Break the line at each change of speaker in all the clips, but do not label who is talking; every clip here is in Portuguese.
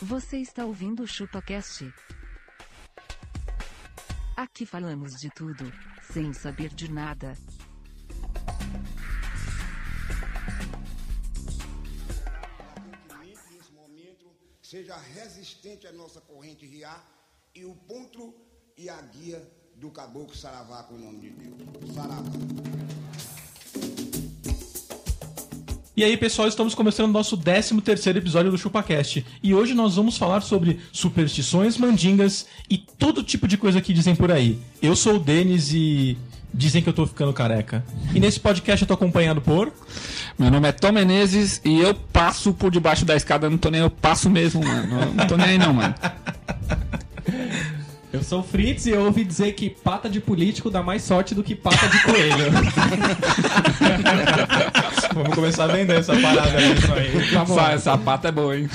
Você está ouvindo o ChupaCast? Aqui falamos de tudo, sem saber de nada.
que limpe nesse momento seja resistente à nossa corrente de ar e o ponto e a guia do caboclo Saravá com o nome de Deus. Saravá.
E aí, pessoal, estamos começando o nosso 13º episódio do ChupaCast. E hoje nós vamos falar sobre superstições, mandingas e todo tipo de coisa que dizem por aí. Eu sou o Denis e dizem que eu tô ficando careca. E nesse podcast eu tô acompanhado por...
Meu nome é Tom Menezes e eu passo por debaixo da escada, eu não tô nem, eu passo mesmo, mano. Eu não tô nem aí não, mano.
Eu sou o Fritz e eu ouvi dizer que pata de político dá mais sorte do que pata de coelho.
Vamos começar a vender essa parada mesmo aí.
Tá bom.
Essa, essa pata é boa, hein?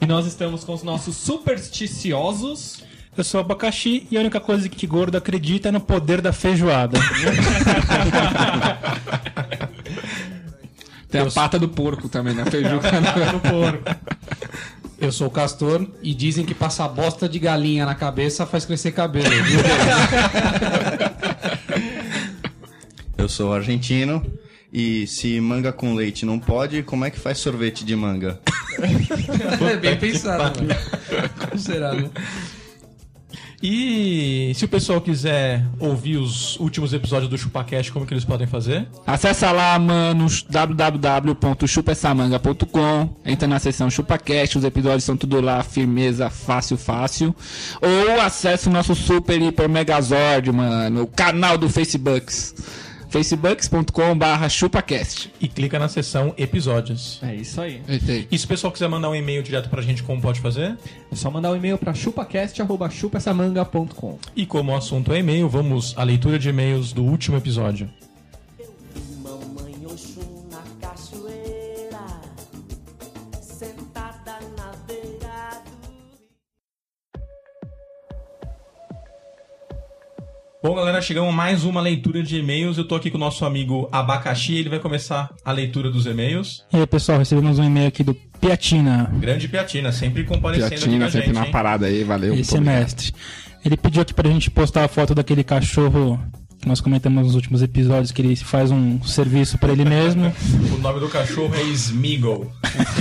e nós estamos com os nossos supersticiosos.
Eu sou abacaxi e a única coisa que gordo acredita é no poder da feijoada.
Tem a pata do porco também, né? Feijuca.
Eu sou o Castor e dizem que passar bosta de galinha na cabeça faz crescer cabelo. viu?
Eu sou argentino e se manga com leite não pode, como é que faz sorvete de manga?
é bem pensado,
né?
mano. Como será, né?
E se o pessoal quiser ouvir os últimos episódios do ChupaCast, como que eles podem fazer?
Acessa lá, mano, www.chupaessamanga.com. Entra na seção ChupaCast, os episódios são tudo lá, firmeza, fácil, fácil. Ou acessa o nosso super hiper megazord, mano, o canal do Facebooks. facebook.com/barra chupacast.
E clica na seção episódios.
É isso aí.
E se o pessoal quiser mandar um e-mail direto pra gente, como pode fazer?
É só mandar um e-mail para chupacast.chupessamanga.com.
E como o assunto é e-mail, vamos à leitura de e-mails do último episódio.
Mamãe Oxum na cachoeira, sentada na beira do rio.
Bom, galera, chegamos a mais uma leitura de e-mails. Eu tô aqui com o nosso amigo Abacaxi, ele vai começar a leitura dos e-mails.
E aí, pessoal, recebemos um e-mail aqui do Piatina,
Grande Piatina, sempre comparecendo
Piatina
aqui com a
sempre
gente,
na
hein?
parada aí, valeu.
esse é semestre. Ele pediu aqui pra gente postar a foto daquele cachorro que nós comentamos nos últimos episódios, que ele faz um serviço pra ele mesmo.
O nome do cachorro é Smiggle.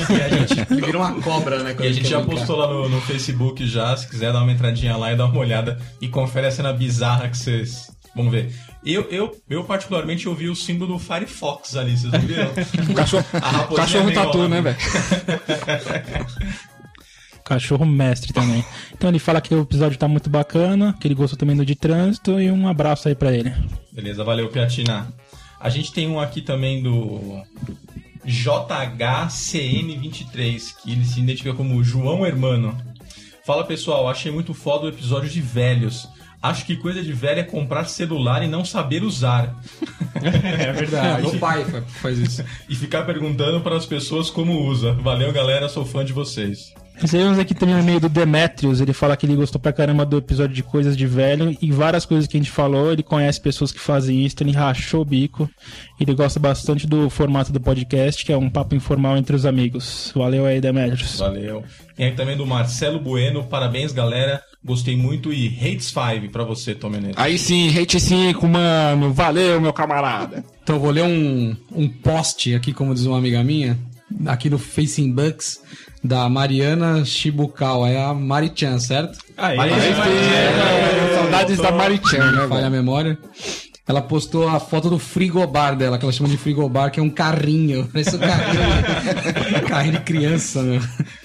e a gente,
Ele vira uma cobra, né?
e a gente já postou lá no, no Facebook já, se quiser dar uma entradinha lá e dar uma olhada e confere a cena bizarra que vocês vão ver. Eu, eu, eu particularmente ouvi o símbolo do Firefox ali, vocês não viram?
O cachorro,
A raposinha
o cachorro
meio
tatu,
lá.
né, velho?
Cachorro mestre também. Então ele fala que o episódio tá muito bacana, que ele gostou também do de trânsito e um abraço aí pra ele.
Beleza, valeu, Piatina. A gente tem um aqui também do JHCN23, que ele se identifica como João Hermano. Fala pessoal, achei muito foda o episódio de velhos. Acho que coisa de velho é comprar celular e não saber usar.
É verdade.
Meu pai fa- faz isso.
E ficar perguntando para as pessoas como usa. Valeu, galera, sou fã de vocês.
Recebemos aqui também um e-mail do Demetrius. Ele fala que ele gostou pra caramba do episódio de coisas de velho e várias coisas que a gente falou. Ele conhece pessoas que fazem isso, ele rachou o bico. Ele gosta bastante do formato do podcast, que é um papo informal entre os amigos. Valeu aí, Demetrius.
Valeu. Tem aqui também do Marcelo Bueno. Parabéns, galera. Gostei muito e Hates 5 para você, Tom Menezes.
Aí sim, hate 5, mano. Valeu, meu camarada.
Então eu vou ler um, um post aqui, como diz uma amiga minha, aqui no Facing Bucks, da Mariana Chibucal. É a Marichan, certo?
Aí,
Aí sim, é, saudades da Marichan, né,
falha
velho?
a memória. Ela postou a foto do frigobar dela, que ela chama de frigobar, que é um carrinho. Parece um carrinho. carrinho de criança, meu.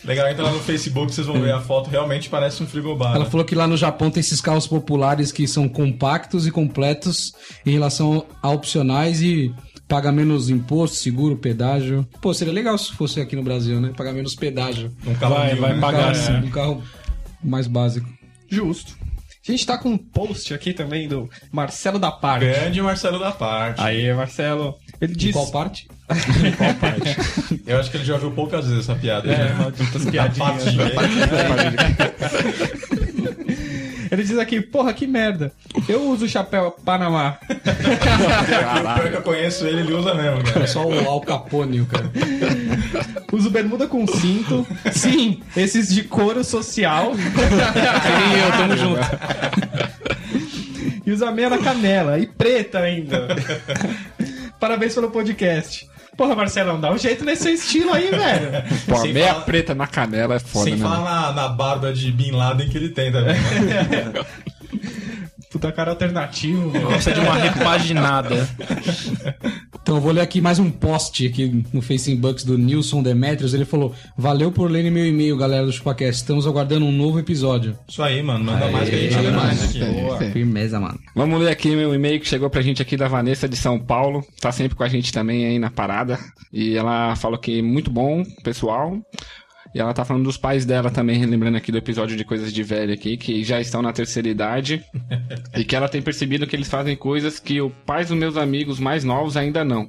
Legal, entra lá no Facebook, vocês vão ver a foto. Realmente parece um frigobar.
Ela
né?
falou que lá no Japão tem esses carros populares que são compactos e completos em relação a opcionais e paga menos imposto, seguro, pedágio. Pô, seria legal se fosse aqui no Brasil, né? Pagar menos pedágio.
Um carro
Vai,
mil,
vai
né?
Um carro,
pagar
é.
sim.
um carro mais básico.
Justo. A gente tá com um post aqui também do Marcelo da Parte.
Grande Marcelo da parte.
Aí, Marcelo. É. Ele
De
diz.
qual parte?
Eu acho que ele já ouviu poucas vezes essa piada.
É,
né?
malditas
Da parte
piadinhas.
de-
Ele diz aqui, porra, que merda. Eu uso o chapéu Panamá.
Pior que eu conheço ele, ele usa mesmo, cara.
É só o Al Capone, o cara.
Uso bermuda com cinto. Sim, esses de couro social.
Sim, eu tamo junto.
E usa meia na canela. E preta ainda. Parabéns pelo podcast. Porra, Marcelão, dá um jeito nesse seu estilo aí, velho.
Pô,
Sem
meia
falar-
preta na canela é foda,
Sem
né?
falar
mano?
na, na barba de Bin Laden que ele tem também. né?
Puta cara alternativo, velho.
Gosta de uma repaginada.
Então eu vou ler aqui mais um post aqui no Facebooks do Nilson Demetrios. Ele falou: Valeu por lerem meu e-mail, galera do ChupaCast. Estamos aguardando um novo episódio.
Isso aí, mano. Manda mais que a gente
manda
lê
mais.
mais aqui.
Isso aí.
Firmeza, mano.
Vamos ler aqui meu e-mail que chegou pra gente aqui da Vanessa de São Paulo. Tá sempre com a gente também aí na parada. E ela falou que muito bom, pessoal. E ela tá falando dos pais dela também, lembrando aqui do episódio de coisas de velho aqui, que já estão na terceira idade. e que ela tem percebido que eles fazem coisas que os pais dos meus amigos mais novos ainda não.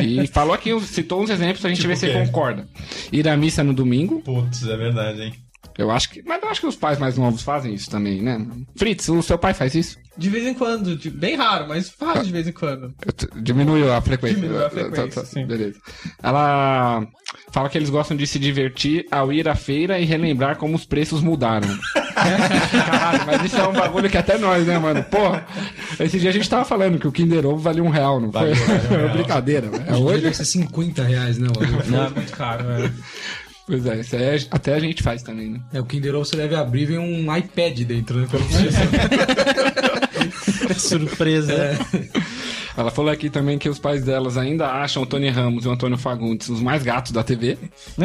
e falou aqui, uns- citou uns exemplos pra gente
Tipo
ver
o
se
quê?
concorda. Ir à missa no domingo,
Putz, é verdade, hein?
eu acho que. Mas eu acho que os pais mais novos fazem isso também, né? Fritz, o seu pai faz isso?
De vez em quando, de- bem raro, mas faz de vez em quando.
Eu t- Diminuiu a frequência.
Diminuiu a
Tá, tá,
frequência, sim.
Beleza. Ela fala que eles gostam de se divertir ao ir à feira e relembrar como os preços mudaram. Caralho, mas isso é um bagulho que até nós, né, mano? Porra, esse dia a gente tava falando que o Kinder Ovo valia um real, não foi?
Valeu, valeu, um
é
real.
brincadeira, né? É
Hoje
hoje?
deve ser 50 reais, né? mano?
Não, é muito caro, velho.
Pois é, isso aí é- até a gente faz também, né?
É, o Kinder Ovo você deve abrir e vem um iPad dentro, né? Pelo menos.
Surpresa.
É,
Ela falou aqui também que os pais delas ainda acham o Tony Ramos e o Antônio Fagundes os mais gatos da TV.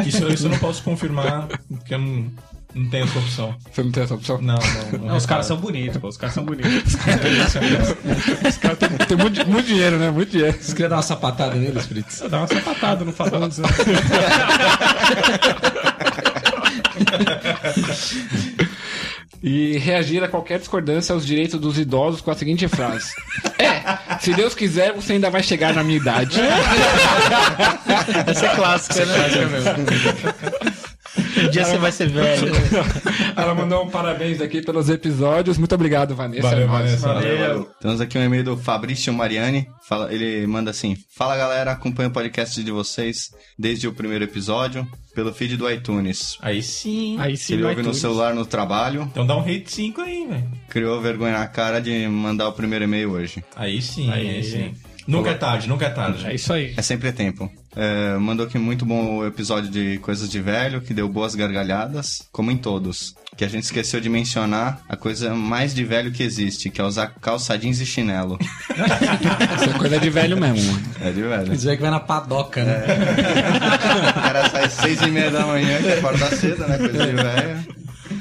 Isso, isso eu não posso confirmar, porque eu não, não tenho essa opção.
Você não tem essa opção?
Não, não.
Não, os caras são bonitos, pô. Os caras são bonitos.
Tem muito, muito dinheiro, né? Muito dinheiro.
Você queria dar uma sapatada neles, Fritz?
Dá uma sapatada no Fagundes, né?
E reagir a qualquer discordância aos direitos dos idosos com a seguinte frase: É, se Deus quiser, você ainda vai chegar na minha idade.
Essa é clássica, né? Um dia você vai ser velho.
Ela mandou um parabéns aqui pelos episódios. Muito obrigado, Vanessa.
Valeu,
É nóis.
Vanessa.
Temos aqui um e-mail do Fabrício Mariani. Fala- ele manda assim: Fala galera, acompanho o podcast de vocês desde o primeiro episódio, pelo feed do iTunes.
Aí sim.
Aí sim,
Ele
no
ouve no
iTunes.
celular no trabalho,
Então dá um rate 5 aí, velho.
criou vergonha na cara de mandar o primeiro e-mail hoje.
Aí sim, aí, sim. Nunca é tarde, nunca é tarde.
É isso aí.
É sempre tempo. É, mandou que muito bom o episódio de Coisas de Velho, que deu boas gargalhadas, como em todos. Que a gente esqueceu de mencionar a coisa mais de velho que existe, que é usar calça jeans e chinelo.
Isso é coisa de velho mesmo. mano.
É de velho.
Dizer que vai na padoca, né?
O cara sai às seis e meia da manhã, que acorda cedo, né? Coisa de velho.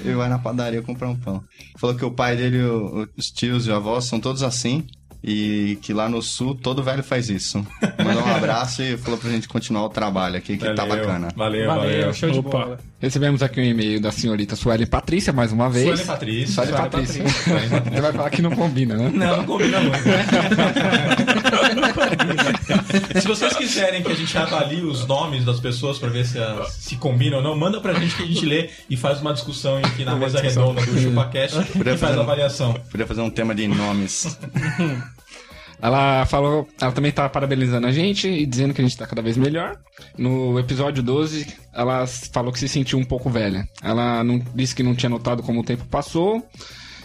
E vai na padaria comprar um pão. Falou que o pai dele, o- os tios e o avó são todos assim. E que lá no sul todo velho faz isso. Mandou um abraço e falou pra gente continuar o trabalho aqui, que tá bacana.
Valeu, valeu.
Valeu, show de
Opa.
bola.
Recebemos aqui um e-mail da senhorita Suelen Patrícia, mais uma vez.
Sueli Patrícia.
Suelen
Sueli
Patrícia.
Sueli Patrícia.
Você vai falar que não combina, né?
Não, não combina muito. se vocês quiserem que a gente avalie os nomes das pessoas pra ver se, as- se combinam ou não, manda pra gente que a gente lê e faz uma discussão aqui na mesa redonda do ChupaCast e faz a avaliação.
Podia fazer um tema de nomes.
Ela falou, ela também tá parabenizando a gente e dizendo que a gente tá cada vez melhor. No episódio 12, ela s- falou que se sentiu um pouco velha. Ela não, disse que não tinha notado como o tempo passou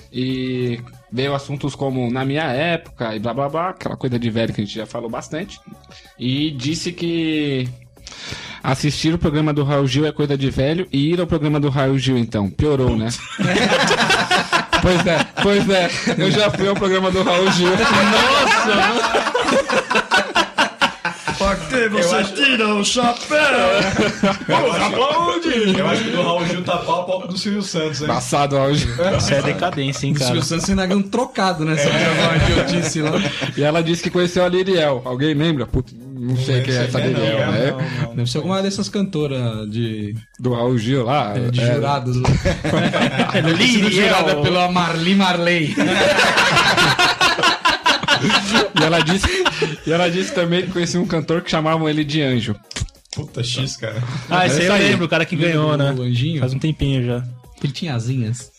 e veio assuntos como na minha época e blá blá blá, aquela coisa de velho que a gente já falou bastante. E disse que assistir o programa do Raul Gil é coisa de velho e ir ao programa do Raul Gil então, piorou, né? Pois é, pois é. Eu já fui ao programa do Raul Gil.
Eu acho que do Raul Gil tá pau a pau com o do Silvio Santos, hein?
Passado Raul Gil.
Isso é decadência, hein,
O Silvio
cara?
Santos ainda ganha um trocado,
É.
né? Se eu
é
gravar uma idiotice lá.
E ela disse que conheceu a Liriel. Alguém lembra? Putz, não sei quem é essa
Não,
Liriel, né?
não, não.
É. Deve ser alguma dessas cantoras de,
Do Raul Gil lá.
de
é.
jurados. lá.
é
Jurada
Liriel.
pela Marli Marley.
E ela disse, e ela disse também que conhecia um cantor que chamavam ele de Anjo.
Puta X, cara.
Ah, esse aí eu lembro, o cara que ganhou, né?
O anjinho.
Faz um tempinho já.
Ele tinha asinhas.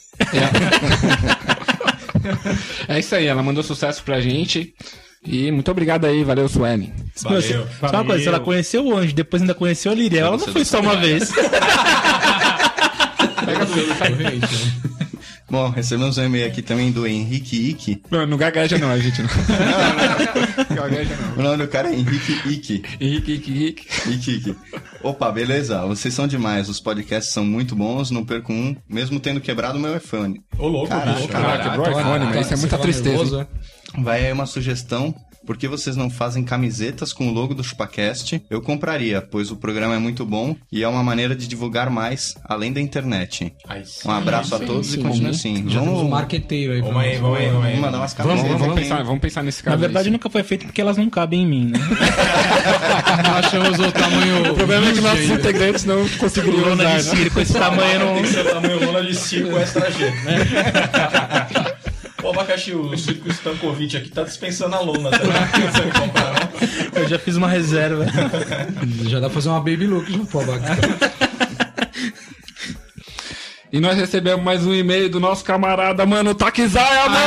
É isso aí, ela mandou sucesso pra gente. E muito obrigado aí, valeu, Suelen.
Valeu,
Você- assim, sabe uma
valeu.
coisa, se ela conheceu o anjo, depois ainda conheceu a Liriel, ela não foi só uma vez.
Bom, recebemos um e-mail aqui também do Henrique Ick.
Não, não gagueja não, a gente não.
O nome do cara é Henrique Ick.
Henrique, Henrique, Henrique.
Ick Ick. Opa, beleza. Vocês são demais. Os podcasts são muito bons. Não perco um, mesmo tendo quebrado meu iPhone.
Ô, louco,
Caraca,
bicho.
cara.
Ah, quebrou o iPhone,
Cara,
mas isso é
você
muita
fala nervoso,
tristeza. hein?
é?
Vai aí uma sugestão. Por que vocês não fazem camisetas com o logo do ChupaCast? Eu compraria, pois o programa é muito bom e é uma maneira de divulgar mais, além da internet.
Aí sim. Uhum.
Um abraço a todos e continue assim.
Já temos um
Vamos,
marqueteiro aí. pra
Vamos aí, vamos aí, vamos aí.
vamos mandar umas
Vamos,
camisetas.
vamos, vamos
Quem-
pensar, vamos pensar nesse
Na
caso.
verdade,
aí.
nunca foi feito porque elas não cabem em mim, né?
Não achamos o tamanho.
O problema é que nossos
ainda.
integrantes não conseguiriam
Lona de
usar. né?
Ciro com esse tamanho
Tem que
não.
ser o tamanho lona de 5 extra G, né? Ô, Abacaxi, o circo Stankovic aqui tá dispensando a lona, tá? Você não comprar, não?
Eu já fiz uma reserva.
Já dá pra fazer uma baby look já, pô, bacana.
E nós recebemos mais um e-mail do nosso camarada, mano, Takizaya, mano!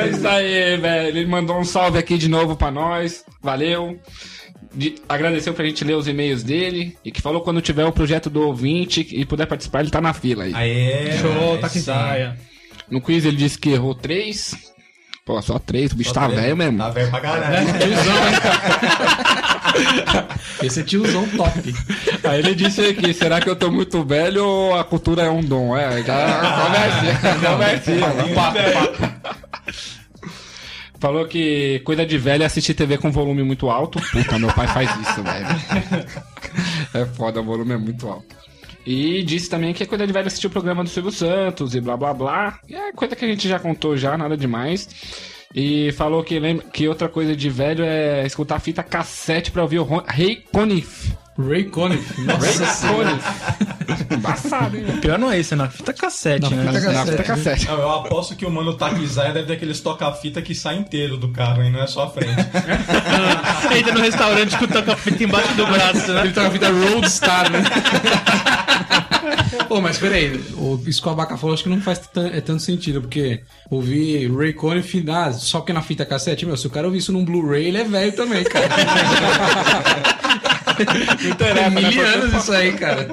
É isso aí, velho. Ele mandou um salve aqui de novo pra nós. Valeu. De, agradeceu pra gente ler os e-mails dele. E que falou quando tiver o projeto do ouvinte e puder participar, ele tá na fila aí.
Aê,
Show,
mano,
tá que
é.
saia.
No quiz ele disse que errou três. Pô, só três. O bicho tá velho mesmo.
Tá velho pra caralho.
Esse é tiozão top.
Aí ele disse aqui, será que eu tô muito velho ou a cultura é um dom? É, já conversinha, conversinha. Papo, papo. Falou que coisa de velho é assistir TV com volume muito alto. Puta, meu pai faz isso, velho. É foda, o volume é muito alto. E disse também que é coisa de velho assistir o programa do Silvio Santos e blá blá blá. E é coisa que a gente já contou já, nada demais. E falou que, lembra, que outra coisa de velho é escutar fita cassete pra ouvir o Ron- Ray Conniff.
Ray Conniff. Nossa senhora.
Embaçado, hein?
Pior não é isso, é na fita cassete, né?
Fita
Na
cassete.
fita cassete.
Não, eu aposto que o mano Takizaya deve ter aqueles toca-fita que sai inteiro do carro, hein? Não é só a frente.
Entra no restaurante com o toca-fita embaixo do braço, né?
Ele tá na fita Roadstar, né?
Pô, mas peraí, o isso que o Abaca falou acho que não faz tan- é tanto sentido, porque ouvir Ray Conniff ah, só que na fita cassete, meu, se o cara ouvir isso num Blu-ray, ele é velho também, cara.
É,
Tem mil
é
anos isso aí, cara.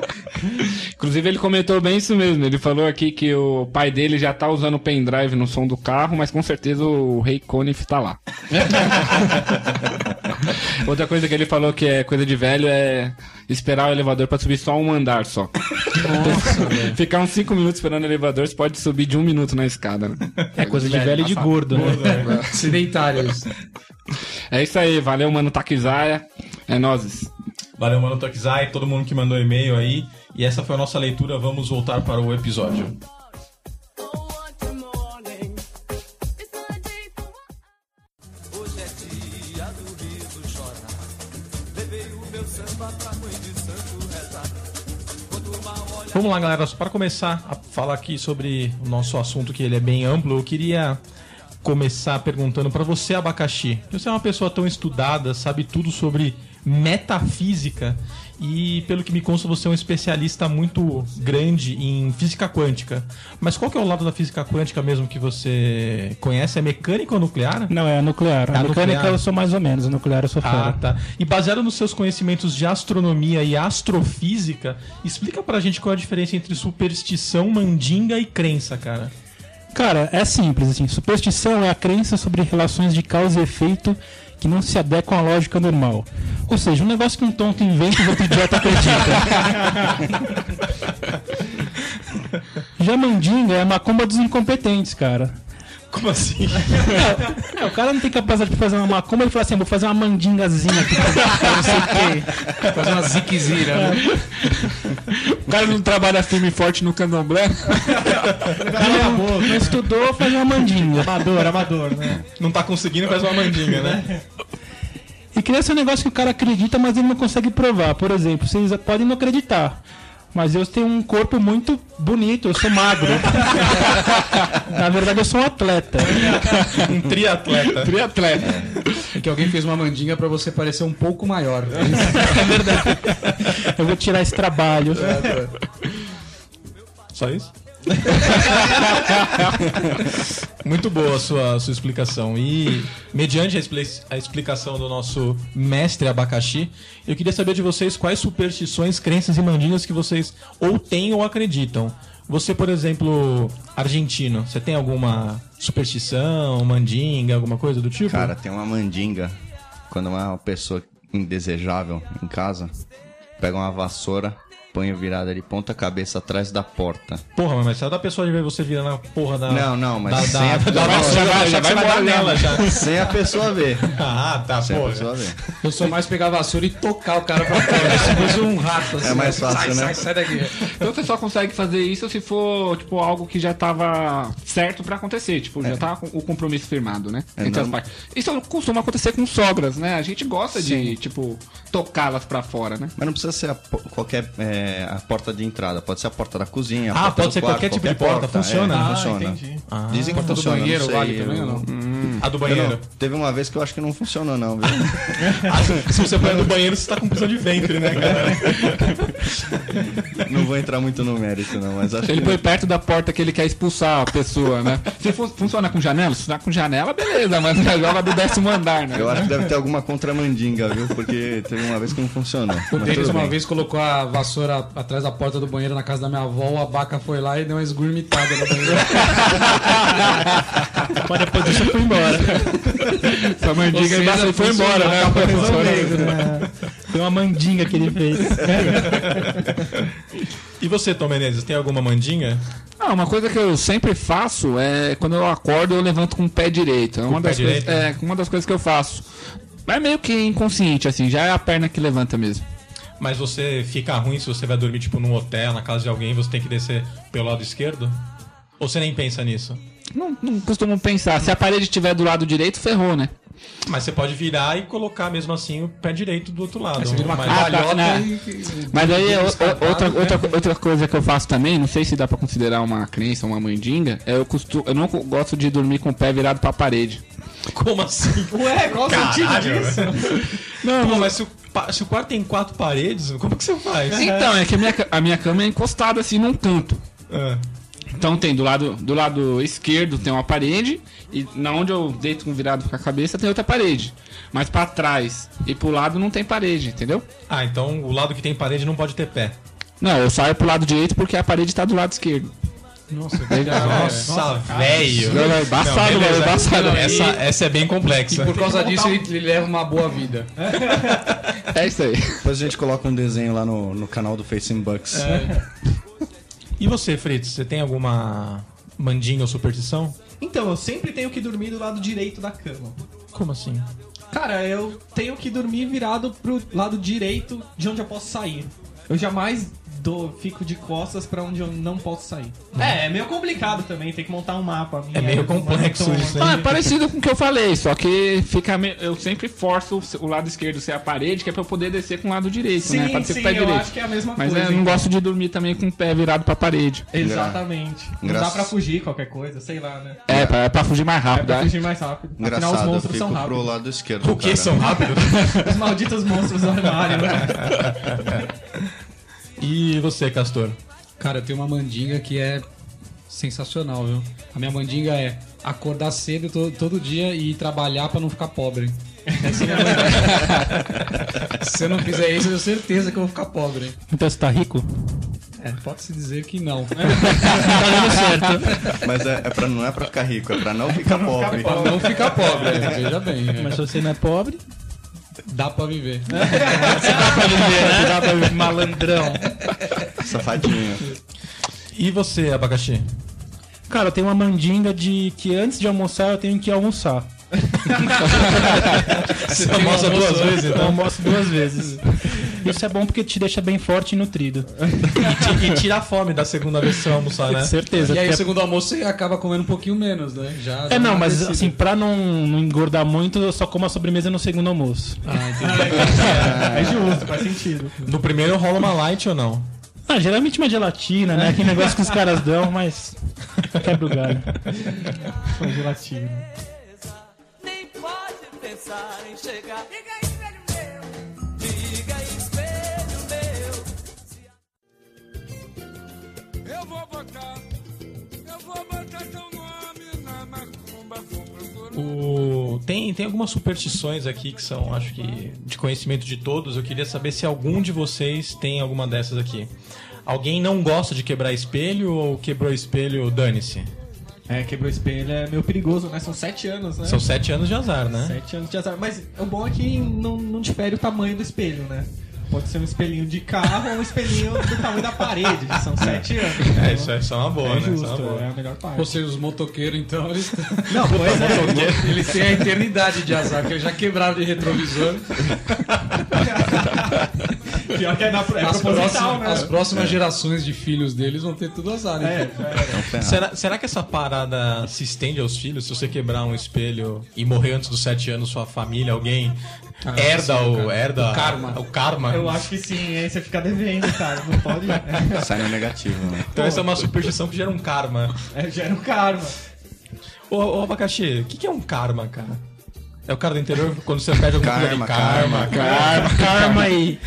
Inclusive, ele comentou bem isso mesmo. Ele falou aqui que o pai dele já tá usando o pendrive no som do carro, mas com certeza o Rei Conif tá lá. Outra coisa que ele falou que é coisa de velho é esperar o elevador pra subir só um andar só. Ficar uns 5 minutos esperando o elevador, você pode subir de um minuto na escada, né?
É coisa de velho e de gordo, né?
Sedentários.
É isso aí, valeu, mano, Takizaya. É nozes.
Valeu, mano Takizai, todo mundo que mandou e-mail aí. E essa foi a nossa leitura, vamos voltar para o episódio. Vamos lá, galera. Só para começar a falar aqui sobre o nosso assunto, que ele é bem amplo, eu queria começar perguntando para você, Abacaxi. Você é uma pessoa tão estudada, sabe tudo sobre metafísica e, pelo que me consta, você é um especialista muito grande em física quântica. Mas qual que é o lado da física quântica mesmo que você conhece? É mecânica ou nuclear?
Não, é a nuclear. A
A
mecânica
nuclear.
eu sou mais ou menos, a nuclear eu sou
Ah,
fora.
tá. E baseado nos seus conhecimentos de astronomia e astrofísica, explica pra gente qual é a diferença entre superstição, mandinga e crença, cara.
Cara, é simples, assim. Superstição é a crença sobre relações de causa e efeito que não se adequam à lógica normal. Ou seja, um negócio que um tonto inventa e outro idiota acredita. Já mandinga é a macumba dos incompetentes, cara.
Como assim?
É, o cara não tem capacidade de fazer uma macumba e fala assim, vou fazer uma mandingazinha aqui pra não sei o quê.
Fazer uma ziquezira, né?
O cara não trabalha firme e forte no candomblé?
O cara não, não estudou, faz uma mandinga.
Amador, amador, né?
Não tá conseguindo fazer uma mandinga, né?
E cria ser um negócio que o cara acredita, mas ele não consegue provar. Por exemplo, vocês podem não acreditar. Mas eu tenho um corpo muito bonito, eu sou magro. Na verdade, eu sou um atleta.
Um triatleta.
Triatleta.
É que alguém fez uma mandinga pra você parecer um pouco maior.
Eu vou tirar esse trabalho.
Só isso? Muito boa a sua, sua explicação. E, mediante a, expli- a explicação do nosso mestre abacaxi, eu queria saber de vocês quais superstições, crenças e mandinhas que vocês ou têm ou acreditam. Você, por exemplo, argentino, você tem alguma superstição, mandinga, alguma coisa do tipo?
Cara, tem uma mandinga. Quando uma pessoa indesejável em casa pega uma vassoura, põe virada de ponta cabeça atrás da porta.
Porra, mas se a da pessoa ver você virando a porra
Ah.
da.
Não, não, mas
da,
sem
da,
a-
da,
Não, é
vassoura,
já
vai
vai- já
achar que você
vai
vai dar
embora né?
nela já.
Sem a pessoa ver.
Ah, tá,
Sem a
porra.
pessoa ver.
Eu sou mais pegar a vassoura e tocar o cara pra fora. Se fosse um rato assim.
É mais fácil,
sai,
né?
Sai, sai daqui.
Então você só consegue fazer isso se for, tipo, algo que já tava certo pra acontecer. Tipo, já tá com- o compromisso firmado, né?
É,
entre as
não-
partes. Isso costuma acontecer com sogras, né? A gente gosta de, tipo, tocá-las pra fora, né?
Mas não precisa ser a po- qualquer é, a porta de entrada, pode ser a porta da cozinha. a
Ah,
porta
pode
do
ser qualquer tipo de porta, funciona?
é,
Ah,
funciona.
entendi.
Dizem que
Do
funciona,
banheiro
não sei,
vale também
eu-
ou não?
A do
Eu
banheiro.
não, teve uma vez que eu acho que não funcionou, não, viu?
Se você for do banheiro, você tá com prisão de ventre, né, cara?
não vou entrar muito no mérito, não, mas acho
Ele
que.
põe perto da porta que ele quer expulsar a pessoa, né? Se fun- funciona com janela, se funcionar com janela, beleza, mas já joga do décimo andar, né?
Eu acho que deve ter alguma contramandinga, viu? Porque teve uma vez que não funcionou.
O
Mas
Denis
tudo
uma
bem.
vez colocou a vassoura atrás da porta do banheiro na casa da minha avó, o abaca foi lá e deu uma esgurmitada no banheiro.
Mas depois deixa eu fui embora.
Sua mãe
Ou
diga
seja,
e foi embora, né? Foi embora.
Foi uma mandinga que ele fez.
E você, Tom Menezes, tem alguma mandinha?
Ah, uma coisa que eu sempre faço é quando eu acordo eu levanto com o pé direito. É uma,
o
das
pé
coisas,
direito? né?
é uma das coisas que eu faço. Mas meio que inconsciente, assim, já é a perna que levanta mesmo.
Mas você fica ruim se você vai dormir, tipo, num hotel, na casa de alguém, você tem que descer pelo lado esquerdo? Ou você nem pensa nisso?
Não, não costumo pensar. Se a parede estiver do lado direito, ferrou, né?
Mas você pode virar e colocar mesmo assim o pé direito do outro lado. Mas-
Ah, tá, né? Mas aí é o- o- outra,
né?
outra, outra coisa que eu faço também, não sei se dá pra considerar uma crença, uma mandinga, é eu, costu... eu não co- gosto de dormir com o pé virado pra parede.
Como assim? Ué, qual o sentido disso? Não, mas se o, pa- se o quarto tem quatro paredes, como que você faz?
Então, é que a minha, ca- a minha cama é encostada assim num canto.
Ah,
Então tem do lado, do lado esquerdo tem uma parede e na onde eu deito com virado com a cabeça tem outra parede. Mas pra trás e pro lado não tem parede, entendeu?
Ah, então o lado que tem parede não pode ter pé.
Não, eu saio pro lado direito porque a parede tá do lado esquerdo.
é
Ah,
Nossa, velho.
é. Não, não, embaçado,
Não, beleza.
mano, embaçado.
Essa, essa é bem complexa.
Por causa disso, ele, ele leva uma boa vida.
É isso aí.
Depois a gente coloca um desenho lá no, no canal do Facing Bucks.
E você, Fritz, você tem alguma mandinha ou superstição?
Então, eu sempre tenho que dormir do lado direito da cama.
Como assim?
Cara, eu tenho que dormir virado pro lado direito de onde eu posso sair. Eu jamais dou, fico de costas pra onde eu não posso sair. É, é meio complicado também, tem que montar um mapa.
Uhum. É meio complexo
um
isso
Ah, é
aí.
parecido com o que eu falei, só que fica me- eu sempre forço o- o lado esquerdo ser a parede, que é pra eu poder descer com o lado direito,
Sim,
né? Pra descer
sim,
com o pé
eu
direito.
acho que é a mesma
Mas
coisa.
eu não
então.
gosto de dormir também com o pé virado pra parede.
Exatamente. Não dá
Graças-
pra fugir qualquer coisa, sei lá, né?
É, pra, é pra fugir mais
É
rápido.
pra
É
fugir mais rápido. Afinal, os
Engraçado, eu
monstros
fico
são
pro
rápidos.
lado esquerdo.
O que
cara.
são rápidos?
Os malditos monstros do armário. né?
E você, Castor?
Cara, eu tenho uma mandinga que é sensacional, viu? A minha mandinga é acordar cedo to- todo dia e ir trabalhar pra não ficar pobre. Essa é a minha mandinga. Se eu não fizer isso, eu tenho certeza que eu vou ficar pobre.
Então você tá rico? Tá
É, pode-se dizer que não.
Mas é, é pra, não é pra ficar rico, é pra não ficar pobre.
Pra não ficar pobre, é, veja bem. é.
Mas se você não é pobre,
Dá pra viver.
dá pra né? ver malandrão.
Safadinho.
E você, Abacaxi?
Cara, eu tenho uma mandinga de que antes de almoçar eu tenho que almoçar.
Você almoça duas vezes,
Eu
então?
almoço duas vezes. Isso é bom porque te deixa bem forte e nutrido.
E ti- E tira a fome da segunda vez que você vai almoçar, né?
Certeza.
É, E aí,
porque
o segundo almoço, você acaba comendo um pouquinho menos, né?
é...
Já
é,
dá
não,
uma
mas
descida.
assim, pra não, não engordar muito, eu só como a sobremesa no segundo almoço.
Ah.
É justo, faz sentido.
No primeiro rola uma light ou não?
Ah, geralmente uma gelatina, né? Que negócio que os caras dão, mas quebra o galho.
Foi gelatina.
Nem pode pensar em chegar. Diga espelho meu. Diga espelho meu. Eu vou botar
O- Tem, tem algumas superstições aqui que são, acho que, de conhecimento de todos. Eu queria saber se algum de vocês tem alguma dessas aqui. Alguém não gosta de quebrar espelho ou quebrou espelho, dane-se?
É, quebrou espelho é meio perigoso, né? São sete anos, né?
São É. sete anos de azar, né?
Sete anos de azar. Mas o bom é que não, não difere o tamanho do espelho, né? Pode ser um espelhinho de carro ou um espelhinho do tamanho da parede. São sete anos.
É,
Então,
isso é só uma boa, né?
é
Isso é uma
justo,
boa.
é a melhor parte.
Ou seja, os motoqueiros, então, eles,
Não, pois é.
eles têm a eternidade de azar, porque eles já quebraram de retrovisor.
Pior que é, na, é
As,
proposital,
próximas-
né?
as próximas gerações de filhos deles vão ter tudo azar,
É,
né?
é.
Será, será que essa parada se estende aos filhos? Se você quebrar um espelho e morrer antes dos sete anos, sua família, alguém herda, o, herda
O karma.
o karma?
Eu acho que sim, aí você fica devendo, cara. Não pode.
Sai no negativo, né?
Então essa é uma superstição que gera um karma.
É, gera um karma.
Ô, ô abacaxi, o que, que é um karma, cara? É o cara do interior quando você pede alguma coisa
Karma,
de karma.
karma.
Karma, karma aí.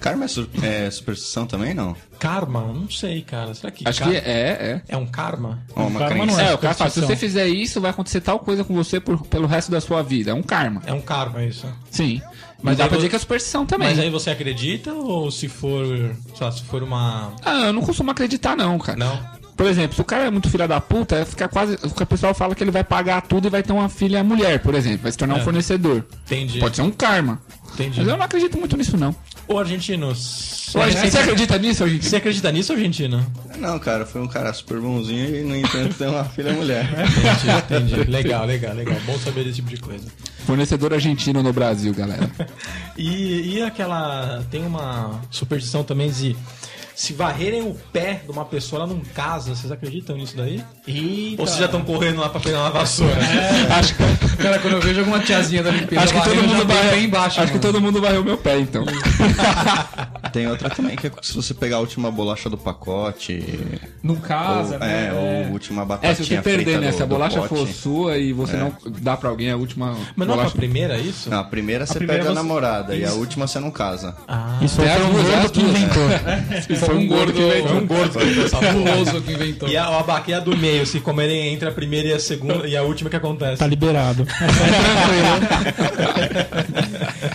Karma é, sur- é superstição também, não?
Karma? Não sei, cara. Será que,
Acho
ka-
que é, é.
é um karma?
Ó, uma
Karma não
crença.
É, o cara fala, se
superstição.
você fizer isso, vai acontecer tal coisa com você por- pelo resto da sua vida. É um karma.
É um karma isso.
Sim.
Mas
Mas dá
aí
pra
vo-
dizer que é superstição também.
Mas aí você acredita ou se for, sei lá, se for uma...
Ah, eu não costumo acreditar, não, cara.
Não?
Por exemplo, se o cara é muito filha da puta, fica quase. O que o pessoal fala que ele vai pagar tudo e vai ter uma filha mulher, por exemplo. Vai se tornar um fornecedor.
Entendi.
Pode ser um karma.
Entendi.
Mas eu não acredito muito nisso, não.
Ô, argentino, você
Ô, gente, Você acredita nisso, gente?
você acredita nisso, argentino?
Não, cara, foi um cara super bonzinho e, no entanto, tem uma filha mulher.
Entendi, entendi. Legal, legal, legal. Bom saber desse tipo de coisa.
Fornecedor argentino no Brasil, galera.
E, e aquela. Tem uma superstição também de. Se varrerem o pé de uma pessoa, ela não casa. Vocês acreditam nisso daí?
Eita.
Ou vocês já estão correndo lá pra pegar uma vassoura?
acho,
Cara, quando eu vejo alguma tiazinha da limpeza,
acho que todo
varrendo, eu já
mundo
tenho
varreu.
pé embaixo.
acho que
mano.
todo mundo varreu meu pé, então.
Tem outra também, que é se você pegar a última bolacha do pacote.
Não casa,
ou,
né?
é, ou a última
É,
batatinha
se você
frita
perder, né?
do-
Se a
do
bolacha
pote.
for sua e você não dá pra alguém a última
Mas não é pra
bolacha.
primeira isso?
Não, a primeira você
primeira
pega
você-
a namorada e a última você não casa.
Ah.
Isso
Tem
foi um
as duas,
gordo
as
que
duas, né?
inventou.
Foi um gordo que veio.
um gordo que essa
Guloso que inventou.
E a, é a baqueia do meio, se comerem entre a primeira e a segunda e a última que acontece.
Tá liberado.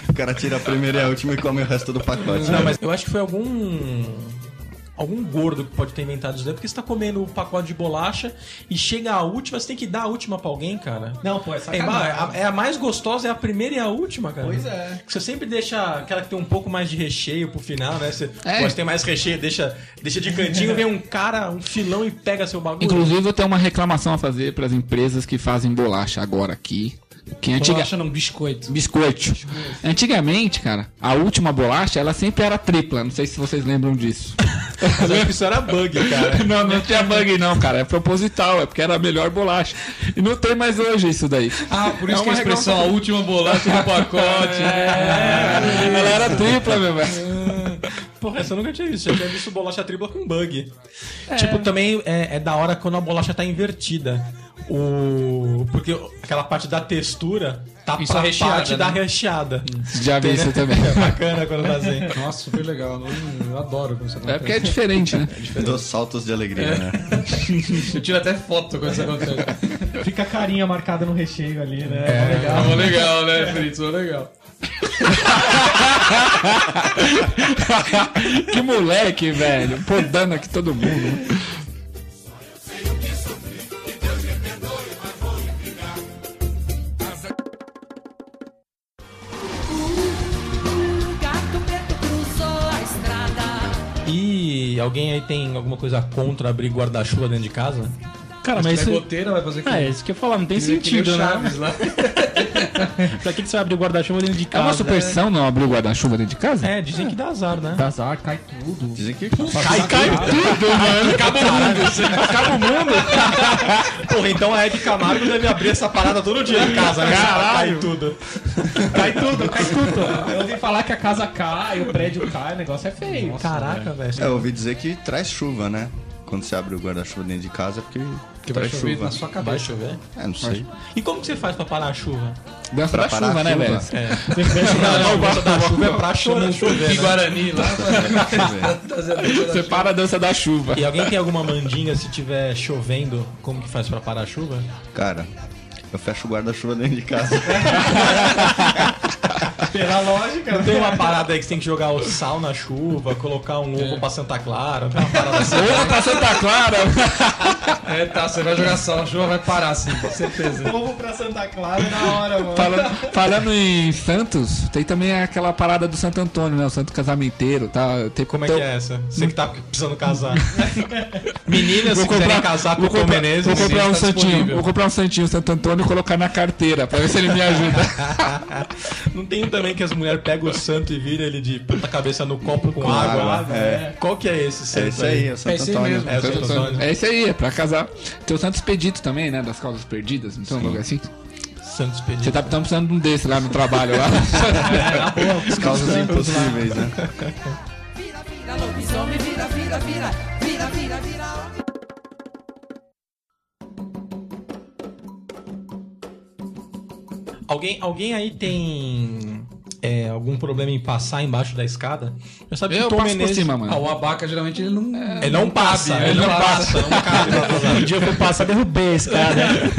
O cara tira a primeira e a última e come o resto do pacote. né?
Não, mas eu acho que foi algum. Algum gordo que pode ter inventado isso daí, porque você tá comendo o pacote de bolacha e chega a última, você tem que dar a última pra alguém, cara.
Não, pô, é
É,
sacanagem.
a, é a mais gostosa, é a primeira e a última, cara.
Pois é.
Você sempre deixa aquela que tem um pouco mais de recheio pro final, né? Você
É.
pode ter mais recheio, deixa, deixa de cantinho, vem um cara, um filão e pega seu bagulho.
Inclusive, eu tenho uma reclamação a fazer pras empresas que fazem bolacha agora aqui. Que antiga...
Bolacha não, biscoito.
Biscoito. Antigamente, cara, a última bolacha, ela sempre era tripla. Não sei se vocês lembram disso.
Mas eu acho que isso era bug, cara.
não, não tinha bug não, cara. É proposital, é porque era a melhor bolacha. E não tem mais hoje isso daí.
Ah, por isso
É
que a
uma
expressão a última bolacha do pacote.
É. ela era tripla, meu velho.
Porra, essa eu nunca tinha visto. Eu tinha visto bolacha tripla com bug. Tipo, também é, é da hora quando a bolacha tá invertida. O... Porque aquela parte da textura tá
Isso
pra
é recheada,
parte da
né?
recheada.
Já vi isso também.
É bacana quando tá assim.
Nossa, super legal. Não- Eu adoro quando
É
isso acontece.
porque é diferente, né?
Dos saltos de alegria, né?
Eu tiro até foto quando isso acontece.
Fica a carinha marcada no recheio ali, né? É, legal.
Ah, mas legal, né, Fritz? Mas legal.
Que moleque, velho. Pô, dando aqui todo mundo.
O gato preto cruzou a estrada.
E alguém aí tem alguma coisa contra abrir guarda-chuva dentro de casa?
Cara, mas
Mas
isso...
goteira vai fazer que...
É, isso que eu ia falar, não tem
que nem o
sentido, né?
Chaves lá.
Pra que que você vai abrir o guarda-chuva dentro de
É
casa?
Ah,
uma superstição não abrir o guarda-chuva dentro de casa?
É, dizem que dá azar, né?
Dá azar, cai tudo.
Dizem que
Cai, cai tudo, mano. Acaba o mundo. Acaba o mundo. Porra, então a Ed Camargo deve abrir essa parada todo dia em casa, né? Caralho. Cai tudo.
Cai tudo, cai tudo. Eu ouvi falar que a casa cai, o prédio cai, o negócio é feio.
Caraca, velho.
É, eu ouvi dizer que traz chuva, né? Quando você abre o guarda-chuva dentro de casa, é porque
Porque vai
Traz
chover
chuva.
na sua cabeça.
Vai chover?
É, não sei.
E como que você faz pra parar a chuva?
Dança da
parar a
chuva, né,
chuva.
velho?
Não, não, gosta da chuva é pra chuva não chover. né?
Guarani lá.
É.
Você para a dança da chuva.
E alguém tem alguma mandinga se tiver chovendo? Como que faz pra parar a chuva?
Cara, eu fecho o guarda-chuva dentro de casa.
Pela lógica, né?
Tem uma parada aí que você tem que jogar o sal na chuva, colocar um ovo pra Santa Clara, tem uma parada assim.
Ovo pra Santa Clara.
É, tá, você vai jogar sal, a chuva vai parar, assim. sim, com certeza.
povo pra Santa Clara na hora, mano.
Falando, falando em Santos, tem também aquela parada do Santo Antônio, né? O Santo Casamenteiro, tá? Tem,
Como é
tem-
que é essa? Você que tá precisando casar. Meninas,
Vou
se quiserem
comprar,
casar com
vou
o Tom
comprar,
Menezes,
vou comprar um
tá
santinho,
disponível.
vou comprar um santinho Santo Antônio e colocar na carteira pra ver se ele me ajuda.
Não tem um também que as mulheres pegam o santo e viram ele de ponta cabeça no copo com, água,
água,
lá?
é.
Qual que é esse santo
É isso aí, é o Santo
É isso aí
Antônio.
mesmo.
É o Santo Antônio.
É isso aí, é pra casar. Tem o Santo Expedito também, né? Das causas perdidas, então, logo assim.
Santo
Você
Expedito.
tá tão precisando de um desse lá no trabalho lá.
As causas impossíveis, né?
Vira, vira, lobisomem, vira, vira, vira, vira, vira, vira.
Alguém, alguém aí tem é, algum problema em passar embaixo da escada? Eu sabia
Eu um passo por cima, mano.
Ah, o abaca geralmente ele não. É,
Ele não passa, ele, não passa, é não cabe pra passar.
Um dia eu fui passar, derrubei esse cara. né?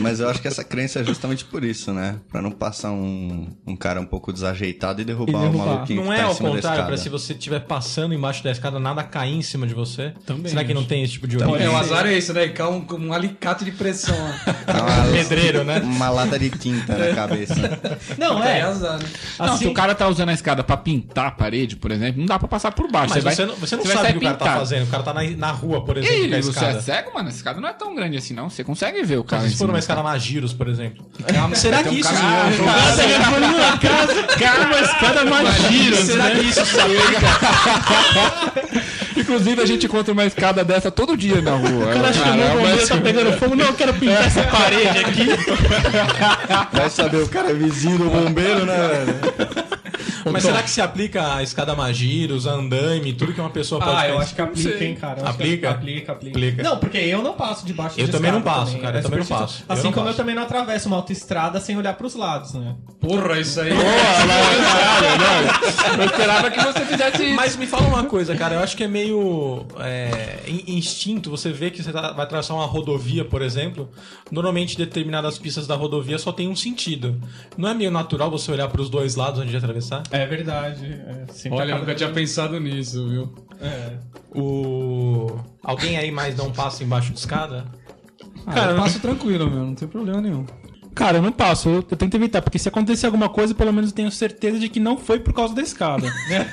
Mas eu acho que essa crença é justamente por isso, né? Pra não passar um, um cara um pouco desajeitado e derrubar,
E derrubar.
um maluquinho
Não
que
é
tá em
ao
cima da
contrário, pra
escada.
se você estiver passando embaixo da escada, nada cair em cima de você?
Também,
Será que não tem esse tipo de
é, o
origem?
azar é esse, né? Cai um, um alicate de pressão. ó.
Dá É uma-
Pedreiro, né?
Uma lata de tinta na cabeça.
Não,
Cai
é.
azar, né?
Não, se
Assim,
o cara tá usando a escada pra pintar a parede, por exemplo, não dá pra passar por baixo.
mas você,
vai-
não, você não
vai
sabe o
sair
que o cara tá
pintado.
fazendo. O cara tá na, na rua, por
E
exemplo, com a
aí, você é
escada.
cego, mano? Essa escada não é tão grande assim, não. Você consegue ver o cara.
Mas
em
se for
cima
uma
da
escada na Giros, por exemplo.
Calma,
Será
tem
que
um
isso...
caminhão.
Nossa, ele foi numa casa, cara, uma escada mais
né?
Giros, Será que isso
Inclusive, a gente encontra uma escada dessa todo dia na rua.
Eu acho que o meu
Caramba,
bombeiro tá
assim,
pegando fogo. Não, eu quero pintar essa parede aqui.
Vai saber, o cara é vizinho do bombeiro, né, velho?
Mas será que se aplica a escada Magiros, a andaime, tudo que uma pessoa pode
Ah, eu
fazer?
acho que aplica, hein, cara. Eu acho que
Aplica?
Aplica, aplica.
Aplica.
Não, porque eu não passo debaixo
Eu
de
também não
escada
passo, cara, eu
é
também não passo.
superstício.
Eu
Assim
não
como
passo.
eu também não atravesso uma autoestrada sem olhar pros lados, né?
Porra, isso aí.
Eu esperava que você fizesse isso.
Mas me fala uma coisa, cara. Eu acho que é meio é, in- instinto. Você vê que você tá- vai traçar uma rodovia, por exemplo. Normalmente, determinadas pistas da rodovia só tem um sentido. Não é meio natural você olhar pros dois lados antes de atravessar?
É verdade. É, sempre
Olha, eu
acaba-
nunca tinha pensado nisso, viu?
É.
O alguém aí mais não passa embaixo de escada?
Cara, eu passo tranquilo, meu, não tem problema nenhum.
Ah, Cara, eu não passo, eu, eu tento evitar, porque se acontecer alguma coisa, pelo menos eu tenho certeza de que não foi por causa da escada. né?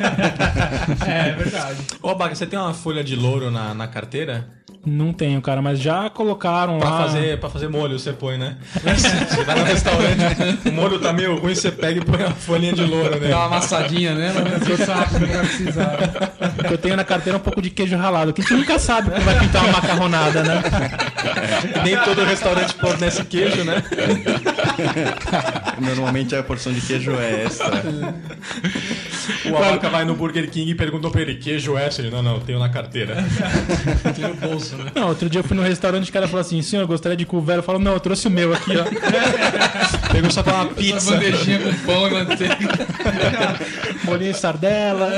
É, é verdade.
Ô, Baga, você tem uma folha de louro na, na carteira?
não tenho, cara, mas já colocaram
Pra,
Ah.
lá.
fazer, pra fazer molho, você põe, né? Você vai no restaurante, o molho tá meio ruim, você pega e põe uma folhinha de louro
Dá uma
nele.
amassadinha nela, né? Ficou rápido, não vai precisar.
Eu tenho na carteira um pouco de queijo ralado, que a gente nunca sabe quando vai pintar uma macarronada, né?
Nem todo restaurante fornece queijo, né?
Normalmente a porção de queijo é extra.
O Abaca vai no Burger King e perguntou pra ele, queijo extra? Ele, não, não, tenho na carteira.
Tem no bolso, né?
Não, outro dia eu fui no restaurante e o cara falou assim: senhor, eu gostaria de cu velho. Eu falo, não, eu trouxe o meu aqui, ó.
Pegou só pra uma
Essa
pizza.
bandejinha com pão e manteiga.
Bolinho de sardela.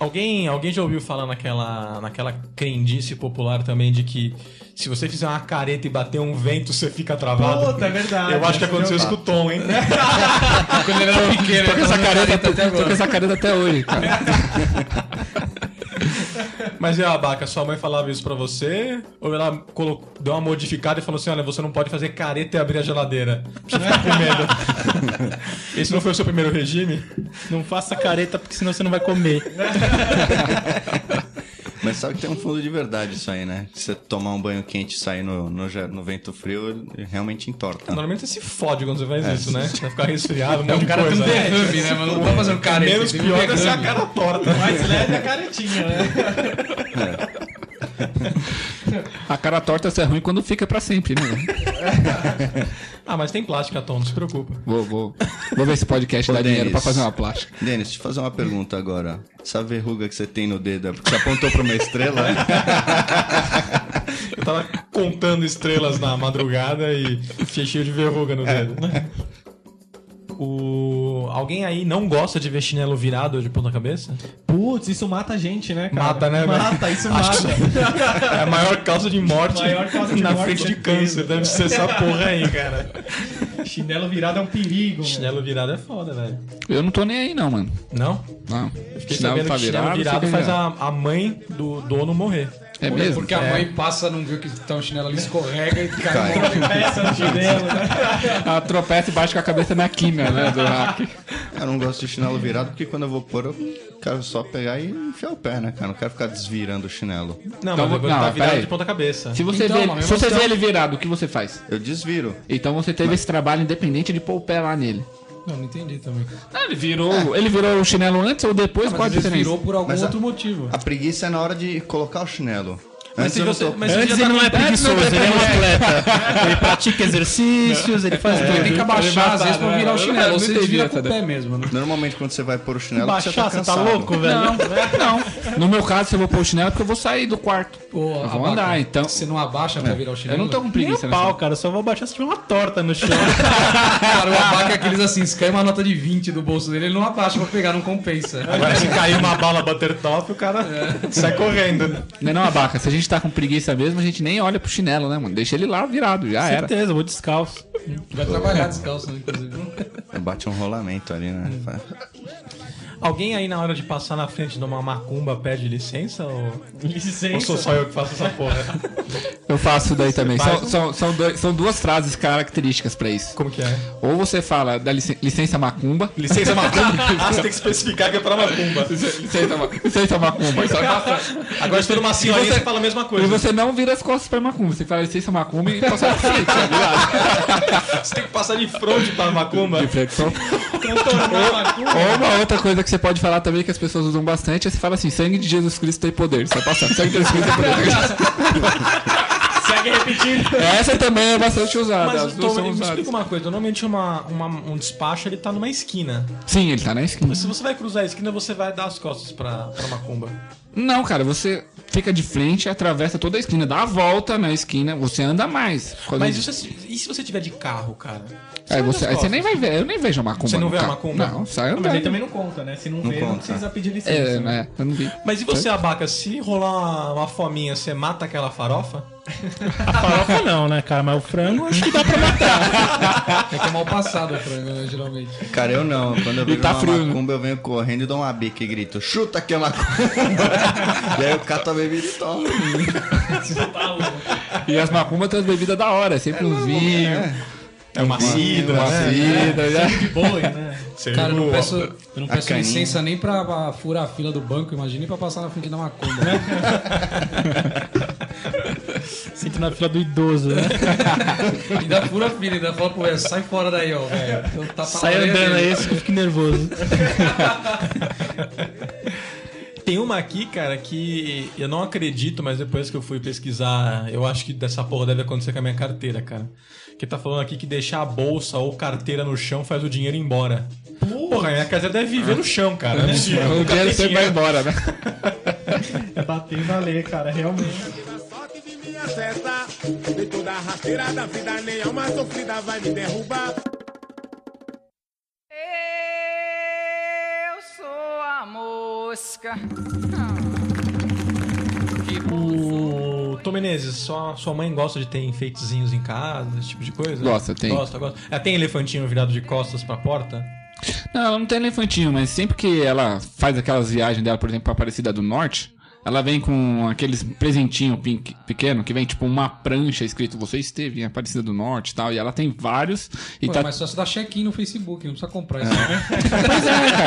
Alguém, alguém já ouviu falar naquela, naquela crendice popular também de que se você fizer uma careta e bater um vento, você fica travado?
Puta, é verdade.
Eu acho que aconteceu isso com o Tom, hein?
Quando ele era pequeno,
Tô com
ele
essa
tava
careta,
até
tô tá com
agora.
essa careta até hoje, cara.
Mas e a Abaca, sua mãe falava isso pra você? Ou ela colocou- deu uma modificada e falou assim, olha, você não pode fazer careta e abrir a geladeira. Pra Você ficar com medo. Esse não foi o seu primeiro regime?
Não faça careta, porque senão você não vai comer.
Mas sabe que tem um fundo de verdade isso aí, né? Se você tomar um banho quente e sair no, no, ge- no vento frio, ele realmente entorta.
Normalmente você se fode quando você faz
É.
isso, né? Você vai ficar resfriado, um
É
monte
um
de
cara tem um
coisa. né?
derrame, né? Mas não tá fazendo careta.
Menos
tem um
pior é ser a
derrame.
cara torta.
Mais leve é a caretinha, né?
A cara torta isso é ruim quando fica pra sempre, né?
Ah, Ah, mas tem plástica, Tom, não se preocupa.
Vou, vou. Vou ver se podcast
Ô,
dá dinheiro pra
Denis.
fazer uma plástica.
Denis, deixa eu fazer uma pergunta agora. Essa verruga que você tem no dedo é porque você apontou pra uma estrela? né?
Eu tava contando estrelas na madrugada e fiquei cheio de verruga no
É.
dedo. né? O... Alguém aí não gosta de ver chinelo virado de ponta cabeça?
Putz, isso mata a gente, né, cara?
Mata, né, velho?
Mata, isso
Acho
mata.
É a maior causa de morte é
Maior causa de
na
morte,
frente de
certeza.
câncer. Deve ser essa porra aí, cara.
Chinelo virado é um perigo. mano.
Chinelo virado é foda, velho.
Eu não tô nem aí, não, mano.
Não?
Não.
Eu fiquei
Chinelo
sabendo
tá
que chinelo
virado,
virado
fica
faz a,
virado.
a mãe do dono morrer.
É mesmo?
Porque a mãe passa, não viu que tá um chinelo ali, escorrega e
Cai.
cai. no chão.
Peça no chinelo, né?
Ela tropeça e bate com a cabeça na quina, né? Do hack.
Eu não gosto de chinelo virado porque quando eu vou pôr, eu quero só pegar e enfiar o pé, né, cara? Não quero ficar desvirando o chinelo.
Não,
Então,
mas agora
não,
tá virado
peraí.
de ponta cabeça.
Se você,
Então,
vê,
mas
se
mesmo
você
assim-
um-
vê ele virado, o que você faz?
Eu desviro.
Então você teve esse trabalho independente de pôr o pé lá nele.
Não, não entendi também.
Ah, ele virou. Ele virou o chinelo antes ou depois?
Mas
Qual a
às vezes
diferença?
virou por algum
Mas a-
Um outro motivo.
A preguiça é na hora de colocar o chinelo.
Mas
Antes
se
eu não
você.
tô-
Mas se você já
ele
tá
não é preguiçoso, ele é um atleta. Ele pratica exercícios, ele faz
É,
É,
Ele tem que abaixar, às vezes, pra virar o
Eu não
chinelo. Você
entendi
desvira com o
essa
pé mesmo, né?
Normalmente quando você vai pôr o chinelo, você tá
Baixar, você tá
cansado.
louco, velho?
Não, não. No meu caso, se eu vou pôr o chinelo, é porque eu vou sair do quarto.
Pô,
eu vou
abaca.
andar, então.
Você não abaixa pra virar o
Eu
chinelo?
não tô com
Nem
preguiça
o
nessa
né,
pau, cara. eu Só vou baixar se tiver uma torta no chão.
Cara, o abaca é aqueles assim, se cair uma nota de 20 do bolso dele, ele não abaixa pra pegar, não compensa.
Agora se cair uma bala bater top, o cara sai correndo. né?
Não é não, abaca. Se a gente tá com preguiça mesmo, a gente nem olha pro chinelo, né, mano? Deixa ele lá virado, já era.
Certeza, eu vou descalço.
Vai trabalhar descalço, né, inclusive.
Bate um rolamento ali, né?
Alguém aí na hora de passar na frente de uma macumba pede licença ou. Ou
Licença.
sou só eu que faço essa porra?
Eu faço daí também. São,
faz um-
são, são, dois- são duas frases características pra isso.
Como que é?
Ou você fala da licen- licença macumba.
Licença macumba? ah, você tem que especificar que é pra macumba.
licença, ma- licença macumba. Isso é bastante.
Agora, se for uma senhorinha,
você-
você fala a mesma
E
coisa.
você não vira as costas pra macumba. Você fala licença macumba e passa na frente, tá ligado?
Você tem que passar de fronte pra macumba.
De frente, só-
um
Contornar a macumba.
Ou uma outra coisa que você pode falar também que as pessoas usam bastante é você fala assim: sangue de Jesus Cristo tem poder. Você passa, sangue de Jesus Cristo tem poder.
Segue repetindo.
Essa também é bastante usada.
Mas
as
Tom,
duas são
me
usadas.
explica uma coisa. Normalmente uma- uma- um despacho ele tá numa esquina.
Sim, ele tá na esquina.
Se você vai cruzar a esquina, você vai dar as costas pra, pra macumba.
Não, cara, você fica de frente, atravessa toda a esquina, dá a volta na esquina, você anda mais. Quando-
Mas isso é se- e se você tiver de carro, cara?
Aí
vai
você,
dar
aí
as
você
costas.
nem vai ver, eu nem vejo a macumba.
Você não
no
vê a
carro.
macumba?
Não, sai
Ah, Mas aí
andando.
também não conta, né? Se não,
Não
vê, não
conta.
precisa pedir licença.
É, né? Eu não vi.
Mas e você, abaca, se rolar uma, uma fominha, você mata aquela farofa?
A farofa não, né, cara? Mas o frango, acho que dá pra matar.
É que é mal passado o frango, né, geralmente.
Cara, eu não. Quando eu vejo
tá
uma
frio, né?
macumba, eu venho correndo e dou uma bica e grito, chuta que é macumba. e aí eu cato a bebida e tomo.
E as macumbas têm as bebidas da hora, sempre um vinho,
É uma cidra,
uma vida. já-
De boi, né?
Cara, eu não peço, eu não
a
peço
caninha.
licença nem pra, pra furar a fila do banco, imagina pra passar na frente da macumba.
Senta na fila do idoso, né?
ainda fura a fila, ainda fala pro velho, sai fora daí, ó,
É.
velho. Então tá- tá
É,
Sai
orelha
andando
dele.
aí, isso que eu fico nervoso.
Tem uma aqui, cara, que eu não acredito, mas depois que eu fui pesquisar, eu acho que dessa porra deve acontecer com a minha carteira, cara. Que tá falando aqui que deixar a bolsa ou carteira no chão faz o dinheiro ir embora. Porra, minha carteira deve viver no chão, cara. Não é possível.
O
Nunca
dinheiro
tem
sempre vai
dinheiro.
embora, né?
É bater e valer, cara, realmente.
sorte de me acessar. De toda a rasteira da vida, nenhuma sofrida vai me derrubar.
Eu sou a mosca.
O Tom Menezes, sua, sua mãe gosta de ter enfeitezinhos em casa, esse tipo de coisa?
Gosta, tem.
Gosta, gosta. Ela tem elefantinho virado de costas pra porta?
Não, ela não tem elefantinho, mas sempre que ela faz aquelas viagens dela, por exemplo, pra Aparecida do Norte, ela vem com aqueles presentinho pin- pequeno que vem tipo uma prancha escrito você esteve em Aparecida do Norte e tal, e ela tem vários e
Pô,
tá
Mas só se dá check-in no Facebook, não precisa comprar isso. né?
Pois é, cara,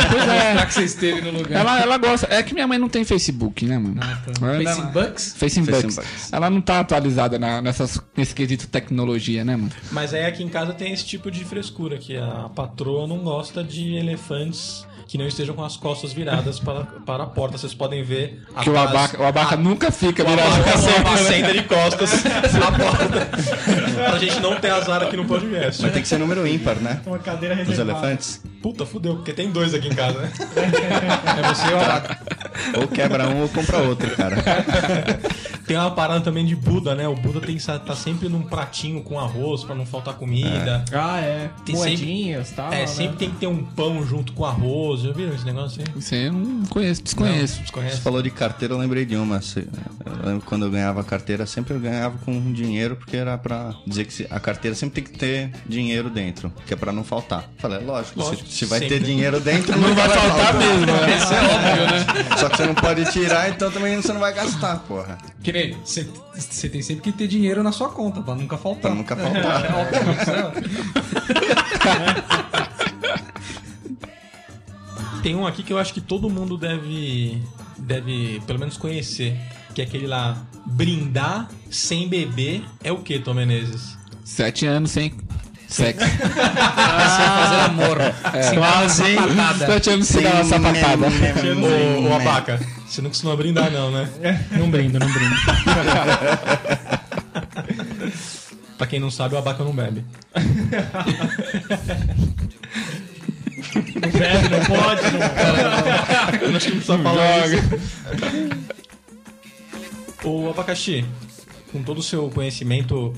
pois é.
Será que você esteve no lugar?
Ela, ela gosta. É que minha mãe não tem Facebook, né, mano? Ela ainda-
Facebooks?
Facebooks.
Facebooks.
Ela não tá atualizada na, nessas, nesse quesito tecnologia, né, mano?
Mas aí aqui em casa tem esse tipo de frescura, que a patroa não gosta de elefantes que não estejam com as costas viradas para, para a porta. Vocês podem ver a
Que o
tala
abaca, o abaca nunca fica virado pra
Nossa,
sempre.
é
né?
uma senta de costas na borda. pra gente não ter azar aqui no podcast.
Mas tem que ser número ímpar, né?
Uma cadeira
Dos
reservada.
elefantes.
Puta, fudeu, porque tem dois aqui em casa, né?
É você ou Ou quebra um ou compra outro, cara.
Tem uma parada também de Buda, né? O Buda tem, sa- tá sempre num pratinho com arroz pra não faltar comida.
Ah, é.
Tem sempre-
Moedinhas e tal.
É,
né?
sempre tem que ter um pão junto com arroz. Já viram esse negócio aí?
Isso aí eu não conheço, desconheço.
Você
Desconhece?
falou de carteira, eu lembrei de uma. Se- Eu lembro quando eu ganhava carteira, sempre eu ganhava com dinheiro, porque era pra dizer que se- a carteira sempre tem que ter dinheiro dentro, que é pra não faltar. Falei, lógico, se-
Lógico,
se, vai
sempre.
ter dinheiro dentro, não vai faltar mesmo. Isso é óbvio, né? Só que você não pode tirar, então também você não vai gastar, porra.
Que nem, você- você tem sempre que ter dinheiro na sua conta, pra nunca faltar.
Pra nunca faltar.
É óbvio, né?
Tem um aqui que eu acho que todo mundo deve, deve pelo menos conhecer, que é aquele lá, brindar sem beber é o que, Tom Menezes?
Sete anos sem sexo.
fazer amor. Sem
Quase.
dar uma sapatada.
Sete anos sem dar uma sapatada.
Ô, ô abaca, você não costuma brindar não, né?
Não brindo, não brindo.
Pra quem não sabe, o abaca não bebe.
Não bebe, não pode, né? não.
Eu acho que não precisa falar isso. Ô, Abacaxi, com todo o seu conhecimento,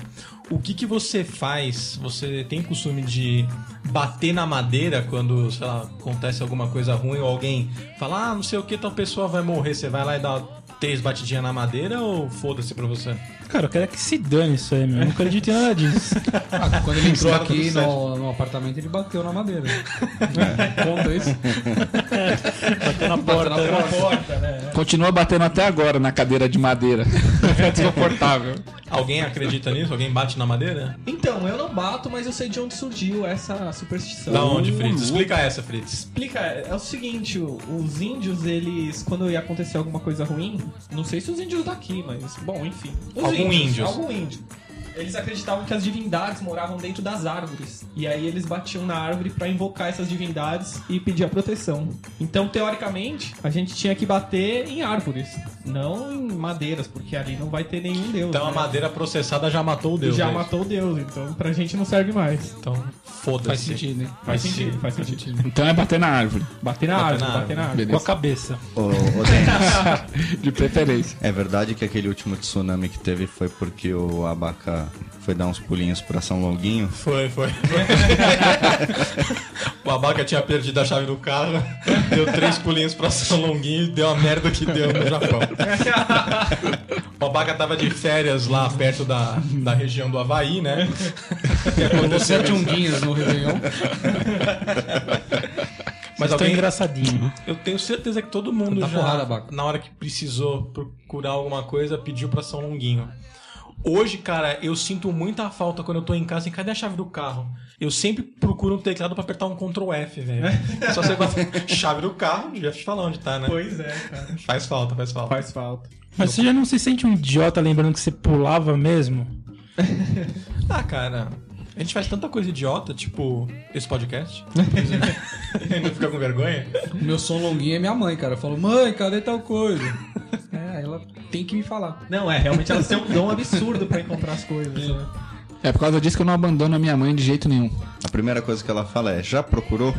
o que que você faz? Você tem costume de bater na madeira quando, sei lá, acontece alguma coisa ruim ou alguém fala, ah, não sei o que, tal pessoa vai morrer, você vai lá e dá três batidinhas na madeira ou foda-se pra você?
Cara, eu quero é que se dane isso aí, meu. Eu não acredito em nada disso.
Ah, quando ele entrou
Tá tudo
aqui
certo.
no, no apartamento, ele bateu na madeira. Conta isso.
Tá na porta.
Bateu na porta.
Continua batendo até agora na cadeira de madeira. É desconfortável.
Alguém acredita nisso? Alguém bate na madeira?
Então, eu não bato, mas eu sei de onde surgiu essa superstição.
Da onde, Fritz? Explica essa, Fritz.
Explica, é o seguinte, o- os índios, eles, quando ia acontecer alguma coisa ruim, não sei se os índios daqui, mas, bom, enfim. Os
Algum índios.
Algum índio. Eles acreditavam que as divindades moravam dentro das árvores. E aí eles batiam na árvore pra invocar essas divindades e pedir a proteção. Então, teoricamente, a gente tinha que bater em árvores, não em madeiras, porque ali não vai ter nenhum deus.
Então a
né?
madeira processada já matou o
E
Deus.
já
né?
matou o deus, então pra gente não serve mais.
Então, foda-se.
Faz sentido, hein?
Faz sentido, faz sentido.
Então é bater na árvore.
Bater na
Bater
árvore,
na
bater na árvore.
Beleza.
cabeça.
Ô, ô, Denis,
De preferência.
é verdade que aquele último tsunami que teve foi porque o abaca foi dar uns pulinhos pra São Longuinho?
Foi, foi. o abaca tinha perdido a chave do carro, deu três pulinhos pra São Longuinho e deu a merda que deu no Japão. O abaca tava de férias lá perto da, da região do Havaí, né?
Colocou sete unguinhas no Réveillon.
Mas
Estou
alguém,
engraçadinho.
eu tenho certeza que todo mundo
Dá
já,
Tá porrada, abaca.
na hora que precisou procurar alguma coisa, pediu pra São Longuinho. Hoje, cara, eu sinto muita falta quando eu tô em casa e cadê a chave do carro? Eu sempre procuro um teclado pra apertar um Ctrl F, velho. Só você bota chave do carro, já te falar onde tá, né?
Pois é, cara.
Faz falta, faz falta.
Faz falta.
Mas você já não se sente um idiota lembrando que você pulava mesmo?
Ah, cara. A gente faz tanta coisa idiota, tipo esse podcast. Ainda fica com vergonha?
Meu som longuinho é minha mãe, cara. Eu falo, mãe, cadê tal coisa? É, ela tem que me falar.
Não, é, realmente elas têm um dom absurdo pra encontrar as coisas, né?
É por causa disso que eu não abandono a minha mãe de jeito nenhum.
A primeira coisa que ela fala é: já procurou?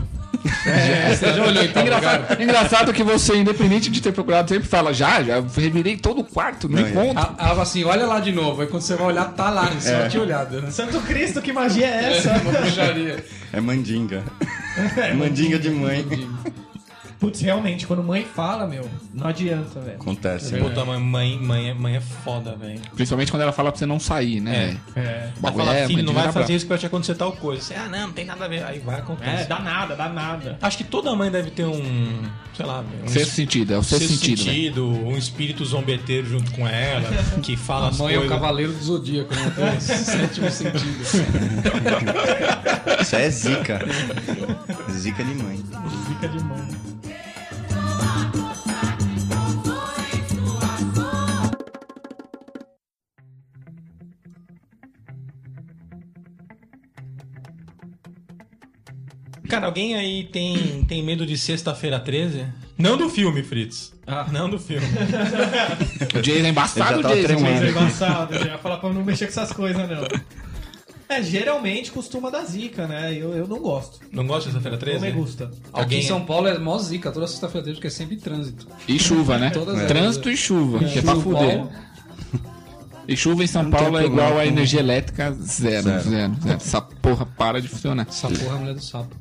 É,
Você já olhou
então, Tá
engraçado, engraçado que você, independente de ter procurado, sempre fala, já, já revirei todo o quarto, não,
é.
encontro.
Ela ela fala assim, olha lá de novo. Aí quando você vai olhar, tá lá, você só tinha olhado, né?
Santo Cristo, que magia é essa?
Uma bruxaria.
É mandinga. É mandinga de mãe.
Putz, realmente, quando mãe fala, meu, não adianta, velho.
Acontece. né?
Puta, mãe, mãe, mãe, é- mãe é foda, velho.
Principalmente quando ela fala pra você não sair, né?
É.
O
Vai
bagulho
falar,
é,
filho, não
bandido
vai
na
fazer isso que vai te acontecer tal coisa. Você, ah, não, não tem nada a ver. Aí vai, acontece.
É, dá nada, dá nada.
Acho que toda mãe deve ter um, sei lá, um
brava. Sexto sentido, é o sexto,
sexto
né?
sentido. velho.
sentido, um espírito zombeteiro junto com ela, que fala
A
as
mãe é o
coisas.
cavaleiro do zodíaco, né? Tem o sétimo sentido.
Isso é zica. Zica de mãe.
Fica de mão.
Cara, alguém aí tem, tem medo de sexta-feira 13? Não do filme, Fritz.
Ah.
Não do filme.
O Jason é embaçado,
Ele já tava
Jason.
tremendo.
mano.
Embaçado, eu já ia falar pra não mexer com essas coisas, não. É, geralmente costuma dar zica, né? Eu, eu não gosto.
Não gosta dessa feira
Não me
13?
gusta.
é Aqui em São Paulo é mó zica, toda sexta-feira teve, porque é sempre trânsito.
E chuva, né?
Todas elas.
Trânsito e chuva. Que é pra
Chuva,
fuder. E chuva em São Paulo é
problema
igual a
com-
energia elétrica zero, zero, zero, Essa porra para de funcionar.
Essa porra é a mulher do sapo.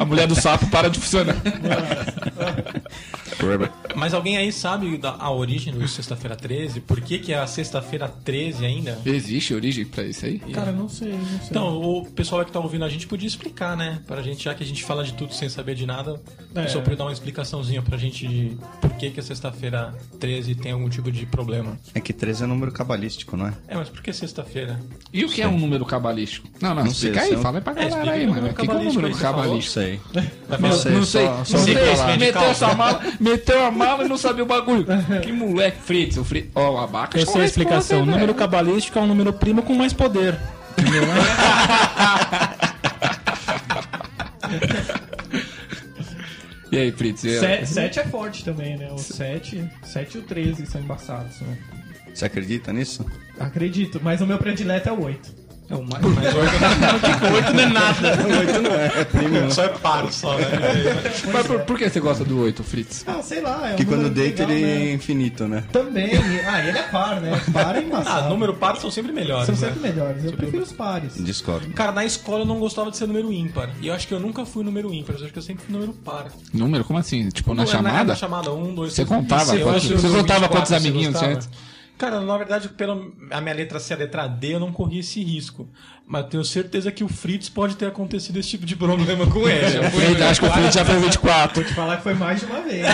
A mulher do sapo para de funcionar.
Mas alguém aí sabe da- a origem do Sexta-feira 13? Por que, que é a Sexta-feira 13 ainda?
Existe origem pra isso aí?
Cara, eu não sei, eu não sei.
Então, o pessoal que tá ouvindo a gente podia explicar, né? Pra gente, já que a gente fala de tudo sem saber de nada, o
É.
pessoal podia dar uma explicaçãozinha pra gente de por que, que a sexta-feira 13 tem algum tipo de problema.
É que 13 é um número cabalístico, não é?
É, mas por que sexta-feira?
E o que é um número cabalístico? Não, não,
Não sei,
explica aí,
esse é um-
fala aí pra galera
explica
aí,
o
mano. O
número
que que é um
cabalístico
número
aí que você falou.
cabalístico?
Sei.
Vai
Não
falar-
sei.
Não sei,
só-
não
só
sei.
pra lá.
Meteu
Calma.
essa mala, meteu a mala e não sabia o bagulho. Que moleque, Fritz, o Fritz. Ó, o abaca.
Eu sei a explicação. O número cabalístico é um número primo com mais poder.
E aí, Fritz? e-
Uhum.
Se- Sete é forte também, né? O 7, 7 e o 13 são embaçados, né?
Você acredita nisso?
Acredito, mas o meu predileto é o 8.
É o mais.
Oito não é nada. Oito não é. Só é paro, só, né?
Mas por, por que você gosta do 8, Fritz?
Ah, sei lá, é um
Porque quando
número
deita
legal,
ele
né?
é infinito, né?
Também. Ah, ele é par, né? Par é
Ah,
embaçado.
número par são sempre melhores,
São
né?
sempre melhores. Eu prefiro os pares.
Discordo.
Cara, na escola eu não gostava de ser número ímpar. E eu acho que eu nunca fui número ímpar, eu acho que eu sempre fui número par.
Número? Como assim? Tipo,
Não,
na
é Na,
chamada?
na chamada, um, dois,
Você
três.
contava
Se eu
quantos-
fosse o
você
número
contava
24,
quantos
você
amiguinhos
gostava?
antes?
Cara, na verdade, pela a minha letra C, a letra D, eu não corri esse risco. Mas eu tenho certeza que o Fritz pode ter acontecido esse tipo de problema com ele. Eu fui-
Fritz, acho que o Fritz já foi 24.
Te falar que foi mais de uma vez, né?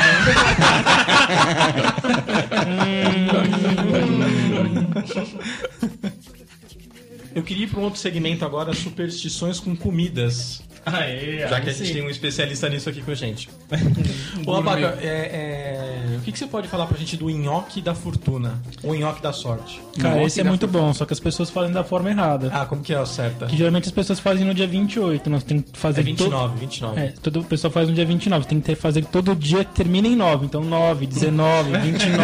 Eu queria ir para um outro segmento agora, superstições com comidas.
Aê,
Já
aí
que a gente
sim.
tem um especialista nisso aqui com a gente. Ô, Abaca, é, é, o que, que você pode falar pra gente do nhoque da fortuna? Ou nhoque da sorte?
Cara, esse é muito bom, só que as pessoas fazem da forma errada.
Ah, como que é a certa?
Que geralmente as pessoas fazem no dia 28, nós tem que fazer
É
todo-
29, 29.
É, todo o pessoal faz no dia 29, tem que ter, fazer todo dia que termina em 9, então 9, 19, 29.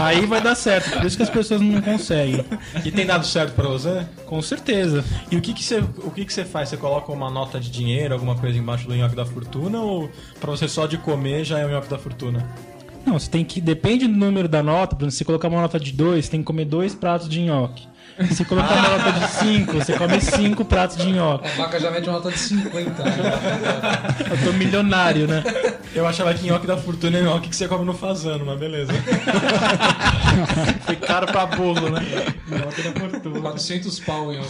Aí vai dar certo, por isso que as pessoas não conseguem.
E tem dado certo pra você?
Com certeza.
E o que que você, o que que você faz? Você coloca uma nota de dinheiro, alguma coisa embaixo do nhoque da fortuna ou pra você só de comer já é o nhoque da fortuna?
Não, você tem que. Depende do número da nota, por exemplo, se você colocar uma nota de 2, tem que comer dois pratos de nhoque. Se você colocar uma nota de 5, você come 5 pratos de nhoque.
A vaca já mete uma nota de 50. Né?
Eu tô milionário, né?
Eu achava que nhoque da fortuna é nhoque que você come no fazano, mas beleza.
Foi É caro pra burro, né?
400 pau, um. hein?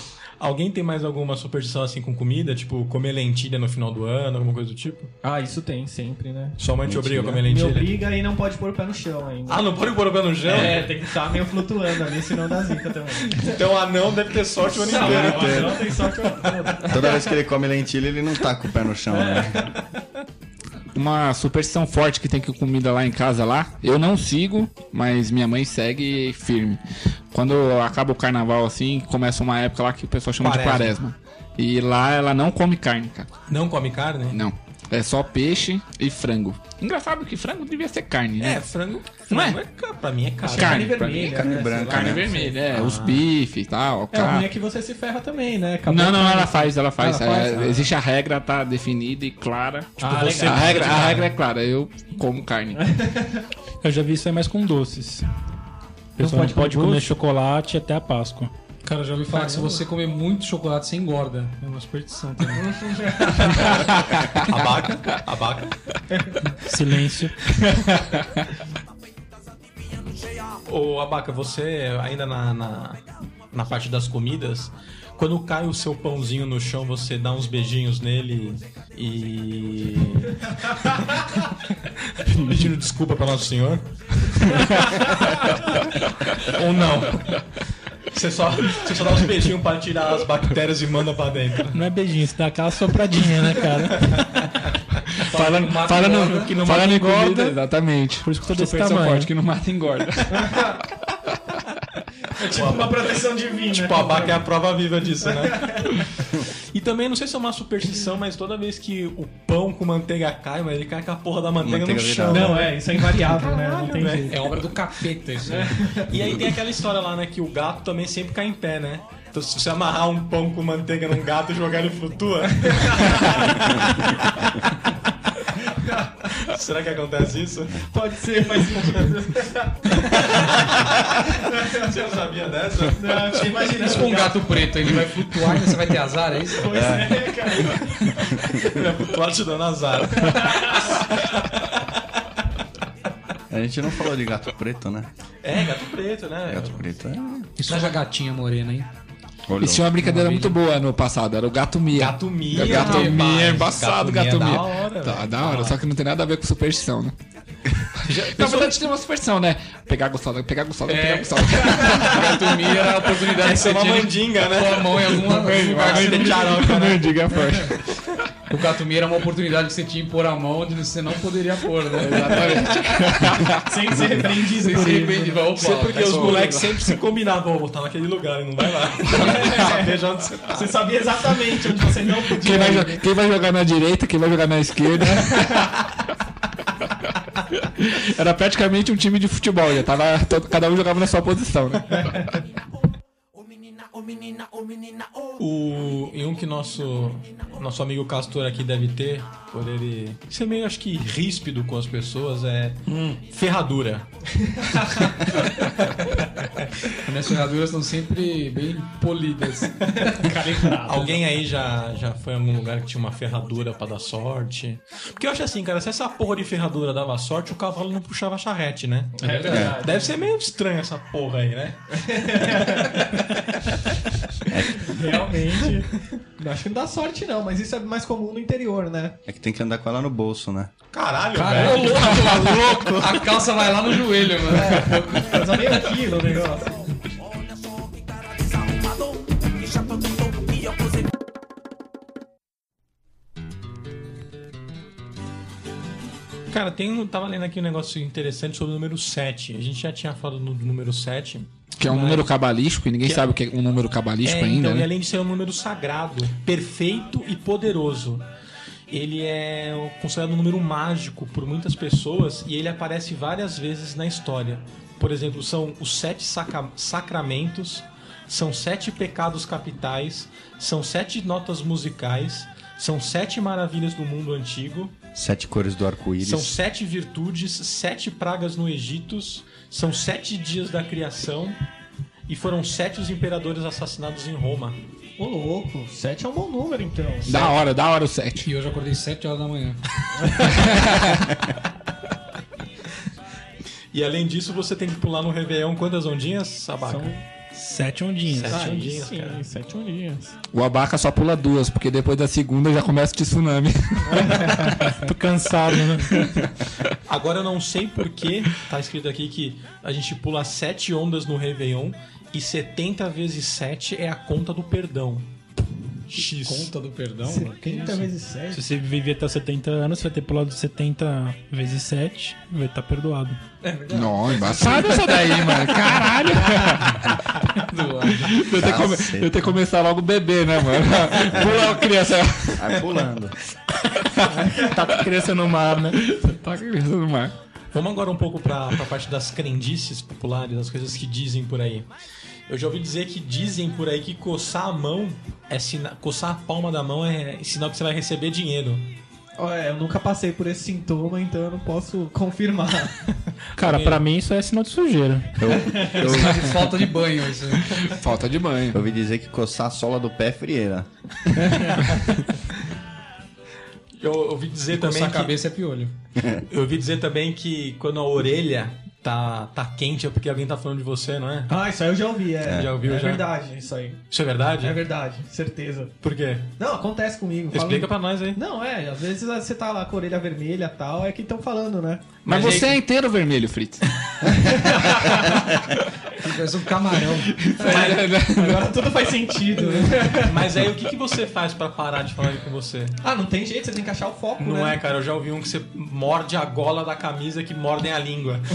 Alguém tem mais alguma superstição assim com comida? Tipo, comer lentilha no final do ano, alguma coisa do tipo?
Ah, isso tem sempre, né?
Sua mãe te obriga a comer
Me
lentilha?
obriga e não pode pôr o pé no chão ainda.
Ah, não pode pôr o pé no gel?
É, tem que estar meio flutuando ali, senão dá zica também.
Então anão deve ter sorte o ano inteiro.
É.
Não, não tem sorte toda.
Toda vez que ele come lentilha, ele não tá com o pé no chão, né?
Uma superstição forte que tem que comida lá em casa lá. Eu não sigo, mas minha mãe segue firme. Quando acaba o carnaval assim, começa uma época lá que o pessoal chama de
Quaresma.
quaresma. E lá ela não come carne, cara.
Não come carne?
Não. É só peixe e frango. Engraçado que frango devia ser carne, né?
É, frango.
Não é?
frango ca- Pra mim é carne.
Carne,
Carne
pra mim,
vermelha.
Carne
né?
branca,
Carne
né?
vermelha, é. Os bifes e tal.
É, o
cara.
ruim é que você se ferra também, né? Acabou
Não, não,
a
ela faz, ela faz.
Ela faz,
É,
ah.
Existe a regra, tá definida e clara. Tipo,
Ah,
você-
legal.
a, regra, a regra é clara, eu como carne.
Eu já vi isso aí mais com doces. O pessoal não
pode
pode,
comer
comer
doce?
chocolate até a Páscoa.
Cara, eu já ouvi falar que se você comer muito chocolate, você engorda. É uma superstição também.
Abaca, abaca.
Silêncio.
Ô, Abaca, você ainda na, na, na parte das comidas, quando cai o seu pãozinho no chão, você dá uns beijinhos nele e. Pedindo desculpa pra Nosso Senhor? Ou não? Você só, você só dá uns beijinhos pra tirar as bactérias e manda pra dentro.
Não é beijinho, você dá aquela sopradinha, né, cara?
falando
mata engorda.
falando,
Que não mata
falando em
engorda.
comida, exatamente.
Por isso que eu tô desse
Superstição
tamanho.
forte que não mata engorda.
Tipo uma proteção divina. Tipo,
Tipo, a Abaca é a prova viva disso, né? E também, não sei se é uma superstição, mas toda vez que o pão com manteiga cai, mas ele cai com a porra da manteiga,
Manteiga
no
virada.
chão.
Não, é, isso é invariável, né? Não tem
velho.
jeito.
É obra do capeta isso
né?
aí.
E aí tem aquela história lá, né, que o gato também sempre cai em pé, né? Então se você amarrar um pão com manteiga num gato e jogar ele flutua. Será que acontece isso?
Pode ser, mas.
Você não sabia dessa?
Não, imagina
Isso com um gato preto, ele vai flutuar e você vai ter azar, é isso?
Pois
né,
é, cara.
Flutuar É, te dando azar.
A gente não falou de gato preto, né?
É, gato preto, né?
Gato preto é.
Isso é uma gatinha morena, hein?
Olhou.
Isso tinha uma brincadeira muito boa no passado, era o gato Mia.
Gato Mia.
É, Gato
rapaz.
Mia, é embaçado
Gato
Gato
Mia é
Mia.
da hora,
Tá,
velho.
da
Ah,
hora, só que não tem nada a ver com superstição, né? Já, na verdade tem uma superstição, né? Pegar gostado, pegar gostado, pegar gostado.
Gato Mia era a oportunidade que
Isso é
você
uma
tinha de
mandinga, né?
pôr a mão em alguma lugar. que você não-
Diga forte.
O gato Mia era uma oportunidade que você tinha de pôr a mão onde você não poderia pôr, né? Exatamente.
Sem ser repreendido.
Você
por isso.
se
É
arrepende, vai, opa,
Sei porque
tá
os
só-
moleques sempre se combinavam, vou botar naquele lugar e não vai lá. Veja onde você tá.
Você sabia exatamente onde você não podia.
Quem vai, jo- quem vai jogar na direita, quem vai jogar na esquerda. Era praticamente um time de futebol, já tava, todo- cada um jogava na sua posição, né?
O, e um que nosso, nosso amigo Castor aqui deve ter, por ele ser meio, acho que, ríspido com as pessoas, é ferradura.
Minhas ferraduras estão sempre bem polidas.
Alguém aí já, já foi em algum lugar que tinha uma ferradura pra dar sorte? Porque eu acho assim, cara, se essa porra de ferradura dava sorte, o cavalo não puxava charrete, né?
É verdade.
Deve ser meio estranho essa porra aí, né?
Realmente. Eu Acho que não dá sorte, não, mas isso é mais comum no interior, né?
É que tem que andar com ela no bolso, né?
Caralho,
Ô,
velho.
louco, tá louco! A calça vai lá no joelho, mano.
Mas é meio quilo o negócio.
Olha só que cara desarrumado, que chapa do topo que eu cozinho.
Cara, tem um, tava lendo aqui um negócio interessante sobre o número 7. A gente já tinha falado no número 7.
Que é um número cabalístico, e ninguém sabe o que é um número cabalístico
É,
ainda,
então, e
né?
além de ser um número sagrado, perfeito e poderoso. Ele é considerado um número mágico por muitas pessoas e ele aparece várias vezes na história. Por exemplo, são os sete saca- sacramentos, são sete pecados capitais, são sete notas musicais, são sete maravilhas do mundo antigo,
Sete cores do
são
arco-íris.
sete virtudes, sete pragas no Egito, são sete dias da criação e foram sete os imperadores assassinados em Roma.
Ô, louco. 7 é um bom número, então.
Da hora, da hora o 7.
E hoje eu acordei 7 horas da manhã.
E além disso, você tem que pular no Réveillon quantas ondinhas, Sabaca?
Sete ondinhas.
Sete
Aí
ondinhas,
sim,
cara.
sete ondinhas.
O abaca só pula duas, porque depois da segunda já começa o tsunami.
Tô cansado, né?
Agora eu não sei porquê, tá escrito aqui que a gente pula sete ondas no Réveillon e 70 vezes 7 é a conta do perdão. X.
Conta do perdão?
30 vezes 7.
Se você viver até os 70 anos, você vai ter pulado 70 vezes 7, vai estar perdoado.
Não, embaçado essa daí, mano. Caralho! Eu tenho, que come- eu tenho que começar logo bebê, né, mano? Pula a criança.
Vai pulando.
Tá com criança no mar, né?
Tá criança no mar.
Vamos agora um pouco pra, pra parte das crendices populares, das coisas que dizem por aí. Eu já ouvi dizer que dizem por aí que coçar a mão é sina- coçar a palma da mão é sinal que você vai receber dinheiro.
Olha, é, eu nunca passei por esse sintoma, então eu não posso confirmar.
Cara, pra mim isso é sinal de sujeira.
Eu,
Falta de banho isso. aí.
Falta de banho.
eu ouvi dizer que coçar a sola do pé é frieira.
Eu ouvi dizer também
Coçar a
que É.
cabeça é piolho.
Eu ouvi dizer também que quando a orelha tá, tá quente é porque alguém tá falando de você, não é?
Ah, isso aí eu já ouvi, é.
Já ouviu,
é
já?
verdade, isso aí.
Isso é verdade?
É verdade, certeza.
Por quê?
Não, acontece comigo. falo-
Explica pra nós aí.
Não, é, às vezes você tá lá com a orelha vermelha e tal, é que estão falando, né?
Mas,
Mas
você
aí-
é inteiro vermelho, Fritz.
Parece um camarão.
Agora tudo faz sentido, né?
Mas aí o que, que você faz pra parar de falar com você?
Ah, não tem jeito, você tem que achar o foco,
Não
né?
é, cara, eu já ouvi um que você morde a gola da camisa que mordem a língua.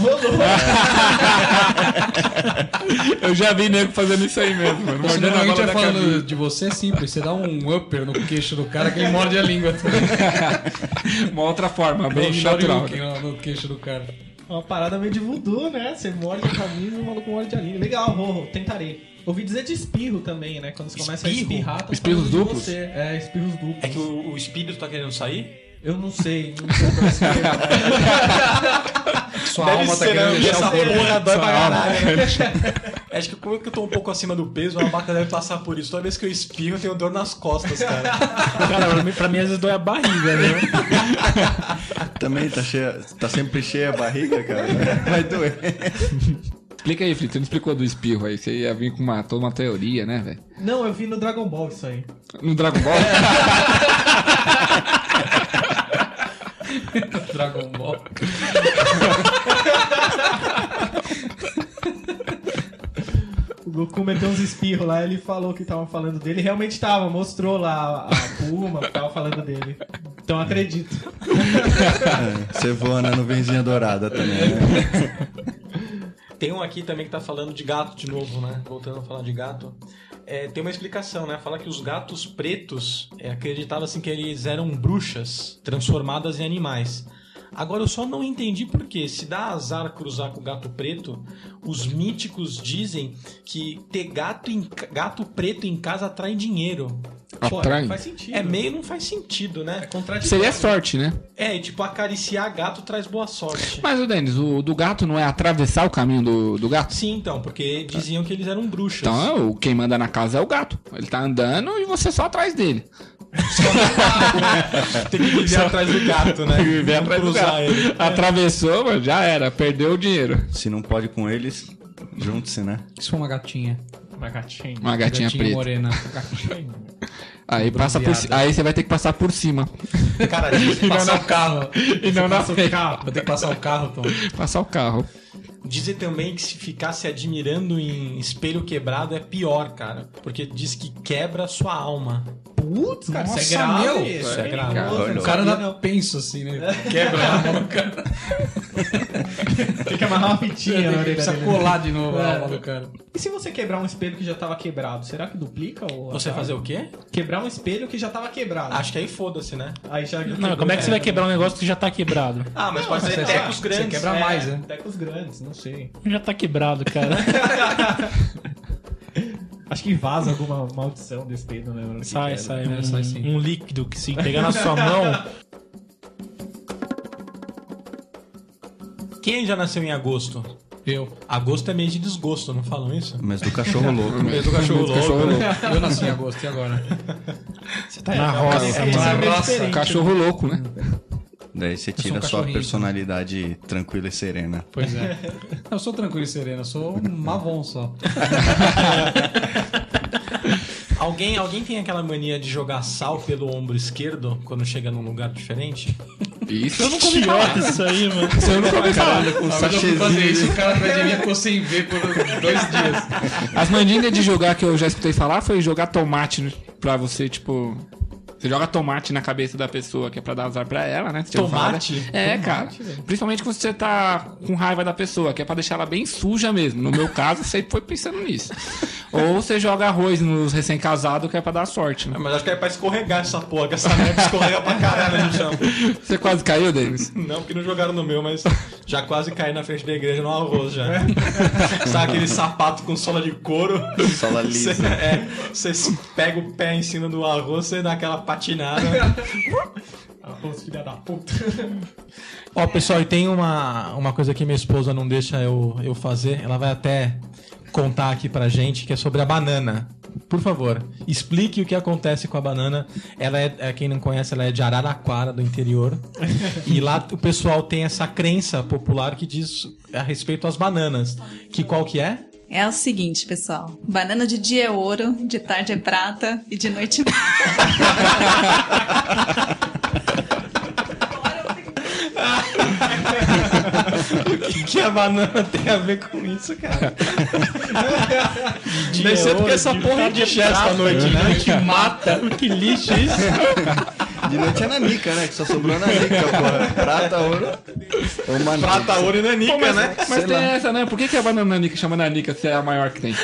Eu já vi nego fazendo isso aí mesmo, mano.
Você
Mordendo a
normalmente
bola
vai
da camisa.
falando de você é simples. Você dá um upper no queixo do cara que ele morde a língua também.
Uma outra forma, bem
Um
natural.
shoryuken no, no queixo do cara.
Uma parada meio de voodoo, né? Você morde a camisa e o maluco morde a língua. Legal, Rorro, tentarei. Ouvi dizer de espirro também, né? Quando você começa
Espirro?
a espirrar, tá
Espirros
falando de
duplos?
Você. É, espirros duplos.
É que o, o espírito tá querendo sair?
Eu não sei, não sei pra você.
Sua
Deve
alma tá
ser, né?
querendo deixar
Essa
o corpo.
porra dói
Sua
pra
alma.
caralho. né? Acho que como eu tô um pouco acima do peso, a vaca deve passar por isso. Toda vez que eu espirro, eu tenho dor nas costas, cara.
Cara, pra mim, pra mim às vezes dói a barriga, né?
Também tá cheia, tá sempre cheia a barriga, cara. Vai doer.
Explica aí, Felipe. Você não explicou do espirro aí. Você ia vir com uma, toda uma teoria, né, velho?
não, eu vi no Dragon Ball isso aí.
No Dragon Ball?
Dragon Ball.
O Goku meteu uns espirros lá, ele falou que tava falando dele. Realmente tava, mostrou lá a- a Puma que tava falando dele. Então acredito.
Você voa na nuvenzinha dourada também, né?
Tem um aqui também que tá falando de gato de novo, né? Voltando a falar de gato. É, tem uma explicação, né? Fala que os gatos pretos é, acreditava-se que eles eram bruxas transformadas em animais. Agora eu só não entendi por quê. Se dá azar cruzar com o gato preto, os míticos dizem que ter gato, em, ca- gato preto em casa atrai dinheiro.
Pô,
Atrai.
faz sentido.
É meio não faz sentido, né? Contraditório.
Seria sorte, né?
É, e tipo, acariciar gato traz boa sorte.
Mas, o Denis, o do gato não é atravessar o caminho do, do gato?
Sim, então, porque diziam que eles eram bruxas.
Então, é o- quem manda na casa é o gato. Ele tá andando e você só atrás dele.
Tem que viver atrás do gato, né? Não cruzar ele.
Atravessou, mano, já era. Perdeu o dinheiro.
Se não pode com eles, junte-se, né?
Isso foi uma gatinha.
É
Uma gatinha.
Uma gatinha, preta.
morena.
Aí, passa por, ci- aí você vai ter que passar por cima.
Cara, diz-
Passar o carro.
E não na
Passar o carro. Vou ter que passar o carro, Tom.
Passar o carro.
dizem também que se ficar se admirando em espelho quebrado é pior, cara. Porque diz que quebra a sua alma.
Putz, cara, isso é
Nossa,
grave.
meu.
isso é
Isso é grave.
perigoso,
Olha,
O
não
cara
sabia,
dá penso assim, né?
não. Tem que amarrar uma fitinha na orelha
Precisa
dele.
colar de novo a
É.
alma do cara.
E se você quebrar um espelho que já tava quebrado, será que duplica? Ou
Você fazer o quê?
Quebrar um espelho que já tava quebrado.
Acho que aí foda-se, né?
Aí já
Não, como é que você vai quebrar um negócio que já tá quebrado?
Ah, mas pode ser
você-
tecos
você
grandes.
quebra
é,
mais, né?
Tecos grandes, não sei.
Já tá quebrado, cara.
Acho que vaza alguma maldição desse dedo, né? mano?
Sai,
Que
sai.
quebra.
Um,
É, sai sim.
um líquido que se pegar na sua mão.
Quem já nasceu em agosto?
Eu.
Agosto é mês de desgosto, não falam isso?
Mas do cachorro louco. né?
Mês do cachorro
Esse cachorro
louco.
louco.
Eu nasci em agosto, e agora?
Você tá
Na
é,
roça,
esse-
tá
esse
na
é meio
roça.
diferente.
Cachorro louco, né?
Daí você
sou um
tira a sua
cachorrinho.
personalidade tranquila e serena.
Pois é. Não, Eu sou tranquilo e sereno, eu sou um
Tá
mavon só.
Alguém, alguém tem aquela mania de jogar sal pelo ombro esquerdo quando chega num lugar diferente?
Isso eu não
Que idiota isso aí, mano.
Isso eu nunca ouvi falar.
Um fazer isso, o cara atrás de mim ficou sem ver por dois dias.
As mandingas de jogar que eu já escutei falar foi jogar tomate no- pra você, tipo. Você joga tomate na cabeça da pessoa, que é pra dar azar pra ela, né? Você já ouviu falar, né?
Tomate?
É, cara. Principalmente quando você tá com raiva da pessoa, que é pra deixar ela bem suja mesmo. No meu caso, você foi pensando nisso. Ou você joga arroz nos recém-casados, que é pra dar sorte, né?
Mas acho que é pra escorregar essa porra, que essa merda escorrega pra caralho no chão.
Você quase caiu, Denis?
Não, porque não jogaram no meu, mas já quase caí na frente da igreja no arroz já. Sabe aquele sapato com sola de couro?
Sola lisa.
Você é, você se pega o pé em cima do arroz, você dá aquela patinada.
Arroz, filha da puta.
Ó, pessoal, e tem uma, uma coisa que minha esposa não deixa eu, eu fazer. Ela vai até contar aqui pra gente, que é sobre a banana. Por favor, explique o que acontece com a banana. Ela é, é, quem não conhece, ela é de Araraquara, do interior. E lá o pessoal tem essa crença popular que diz a respeito às bananas. Que qual que é?
É o seguinte, pessoal. Banana de dia é ouro, de tarde é prata e de noite é
que a banana tem a ver com isso, cara? Deve ser porque essa porra é de chesta à noite, né? Que mata. Que lixo isso.
De noite é nanica, né? Que só sobrou nanica, porra. Prata, ouro. ou manica.
Prata, ouro e nanica,
Pô, mas,
né?
Mas
Sei
tem
lá.
essa, né? Por que, que a banana nanica chama nanica se é a maior que tem?
né?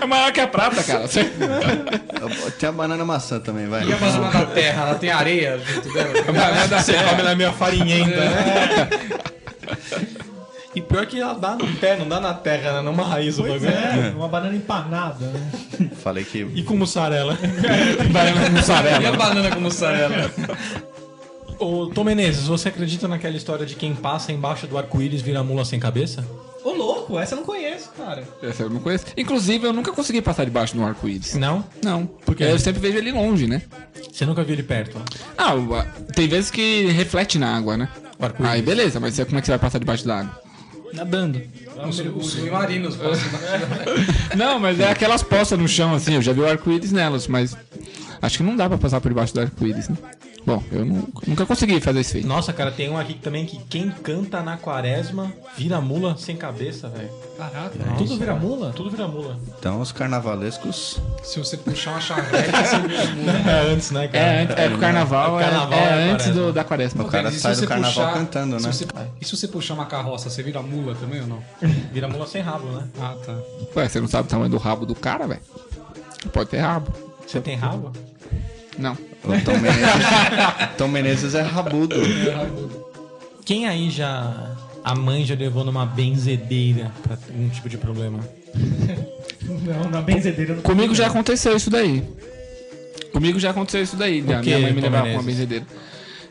é maior que a prata, cara.
Tem a banana maçã também, vai.
E a banana
da terra? Ela tem areia junto dela?
A banana da
Você
terra.
come na minha farinhenta, né? E pior que ela dá no pé, não dá na terra, né? Numa raiz o
Pois
bagulho.
é, uma banana empanada, né?
Falei que.
E com mussarela.
banana com mussarela.
E a banana com mussarela?
Ô, Tom Menezes, você acredita naquela história de quem passa embaixo do arco-íris vira mula sem cabeça?
Ô, louco, essa eu não conheço, cara.
Essa eu não conheço. Inclusive, eu nunca consegui passar debaixo de um arco-íris.
Não?
Não. Porque eu sempre vejo ele longe, né?
Você nunca viu ele perto?
Ah, o- a- tem vezes que reflete na água, né? Aí beleza, mas você- como é que você vai passar debaixo da água?
Nadando.
Os submarinos passam
Não, mas é aquelas poças no chão, assim, eu já vi o arco-íris nelas, mas acho que não dá pra passar por debaixo do arco-íris, né? Bom, eu nu- nunca consegui fazer isso aí.
Nossa, cara, tem um aqui também que quem canta na quaresma vira mula sem cabeça, velho. Caraca, tudo vira mula? Tudo vira mula.
Então, os carnavalescos.
Se você puxar uma charrete, você vira mula.
É antes, né, cara?
É, antes- é, o carnaval, é,
carnaval,
é
né,
antes do-
quaresma.
da quaresma.
O cara
E se
sai
você
do carnaval
puxar-
cantando,
se
né? É.
você- E se você puxar uma carroça, você vira mula também ou não?
Vira mula sem rabo, né?
Ah, tá.
Ué, você não sabe o tamanho do rabo do cara, velho? Pode ter rabo.
Você tem rabo?
Não.
O Tom Menezes, Tom Menezes é rabudo.
Quem aí já. A mãe já levou numa benzedeira pra algum tipo de problema?
Não, na benzedeira não
Comigo já aconteceu isso daí. Comigo já aconteceu isso daí. Minha,
quê,
minha mãe me
Tom
levava com
Menezes?
uma benzedeira.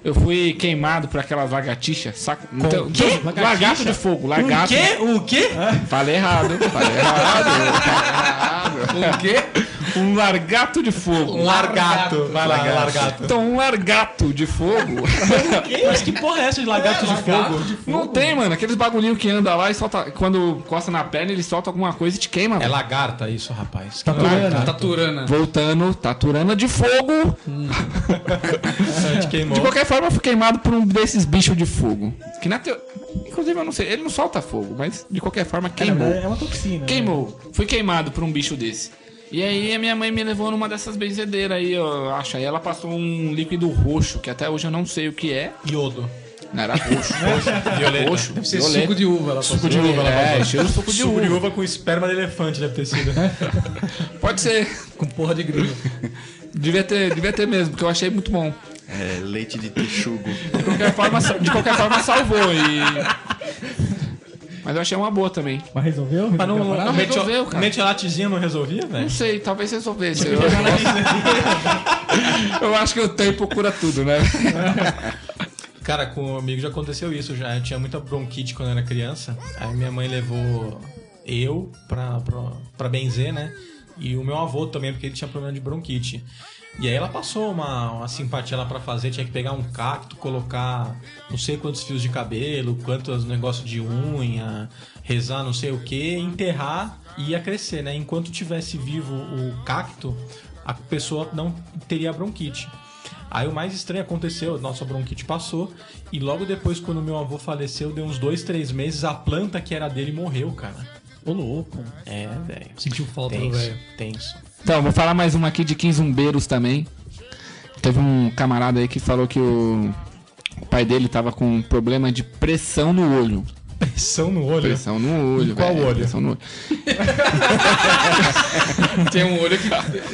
Eu fui queimado por aquelas lagartixas, saca? Então,
quê?
então, Lagarto de fogo,
O
lagarto.
quê? O quê?
Falei errado, falei errado, falei errado. O quê? Um largato de fogo.
Um largato. Vai lá, largato.
Então, um largato de fogo.
Mas que porra é essa de lagarto de fogo?
Não tem, mano. Aqueles bagulhinho que anda lá e solta. Quando costa na perna, ele solta alguma coisa e te queima.
É
velho.
lagarta isso, rapaz.
Taturana.
Lagarto.
Taturana.
Voltando, taturana de fogo.
Te queimou.
De qualquer forma, eu fui queimado por um desses bichos de fogo. Que na teo... Inclusive, eu não sei, ele não solta fogo, mas de qualquer forma, queimou.
É uma toxina.
Queimou. Fui queimado por um bicho desse. E aí a minha mãe me levou numa dessas benzedeiras aí, eu acho. Aí ela passou um líquido roxo, que até hoje eu não sei o que é.
Iodo.
Não era roxo. roxo.
Violeta.
Roxo.
Deve ser
violeta.
suco de uva, ela
Suco de uva, ela É, cheiro de suco de
Suco
uva.
de uva com esperma de elefante deve ter sido.
Pode ser.
Com porra de grilo.
Devia ter, devia ter mesmo, porque eu achei muito bom.
É, leite de texugo.
De qualquer forma, sa- de qualquer forma salvou e... Mas eu achei uma boa também.
Mas resolveu?
Mas não,
Não,
metio-
resolveu, cara.
Metiolatezinha não resolvia, velho?
Não sei, talvez resolvesse. Eu, eu acho que o tempo cura tudo, né?
Cara, comigo já aconteceu isso já. Eu tinha muita bronquite quando eu era criança. Aí minha mãe levou eu pra, pra, pra benzer, né? E o meu avô também, porque ele tinha problema de bronquite. E aí ela passou uma, uma simpatia lá pra fazer, tinha que pegar um cacto, colocar não sei quantos fios de cabelo, quantos negócios de unha, rezar não sei o que, enterrar e ia crescer, né? Enquanto tivesse vivo o cacto, a pessoa não teria bronquite. Aí o mais estranho aconteceu, nossa bronquite passou, e logo depois, quando meu avô faleceu, deu uns dois, três meses, a planta que era dele morreu, cara.
Ô, louco.
É, velho.
Sentiu falta do
Tenso,
velho.
tenso.
Então, vou falar mais uma aqui de quinzumbeiros também. Teve um camarada aí que falou que o, o pai dele tava com um problema de pressão no olho.
Pressão no olho.
Pressão no olho,
Qual
velho,
olho?
Pressão no olho.
Tem um olho que.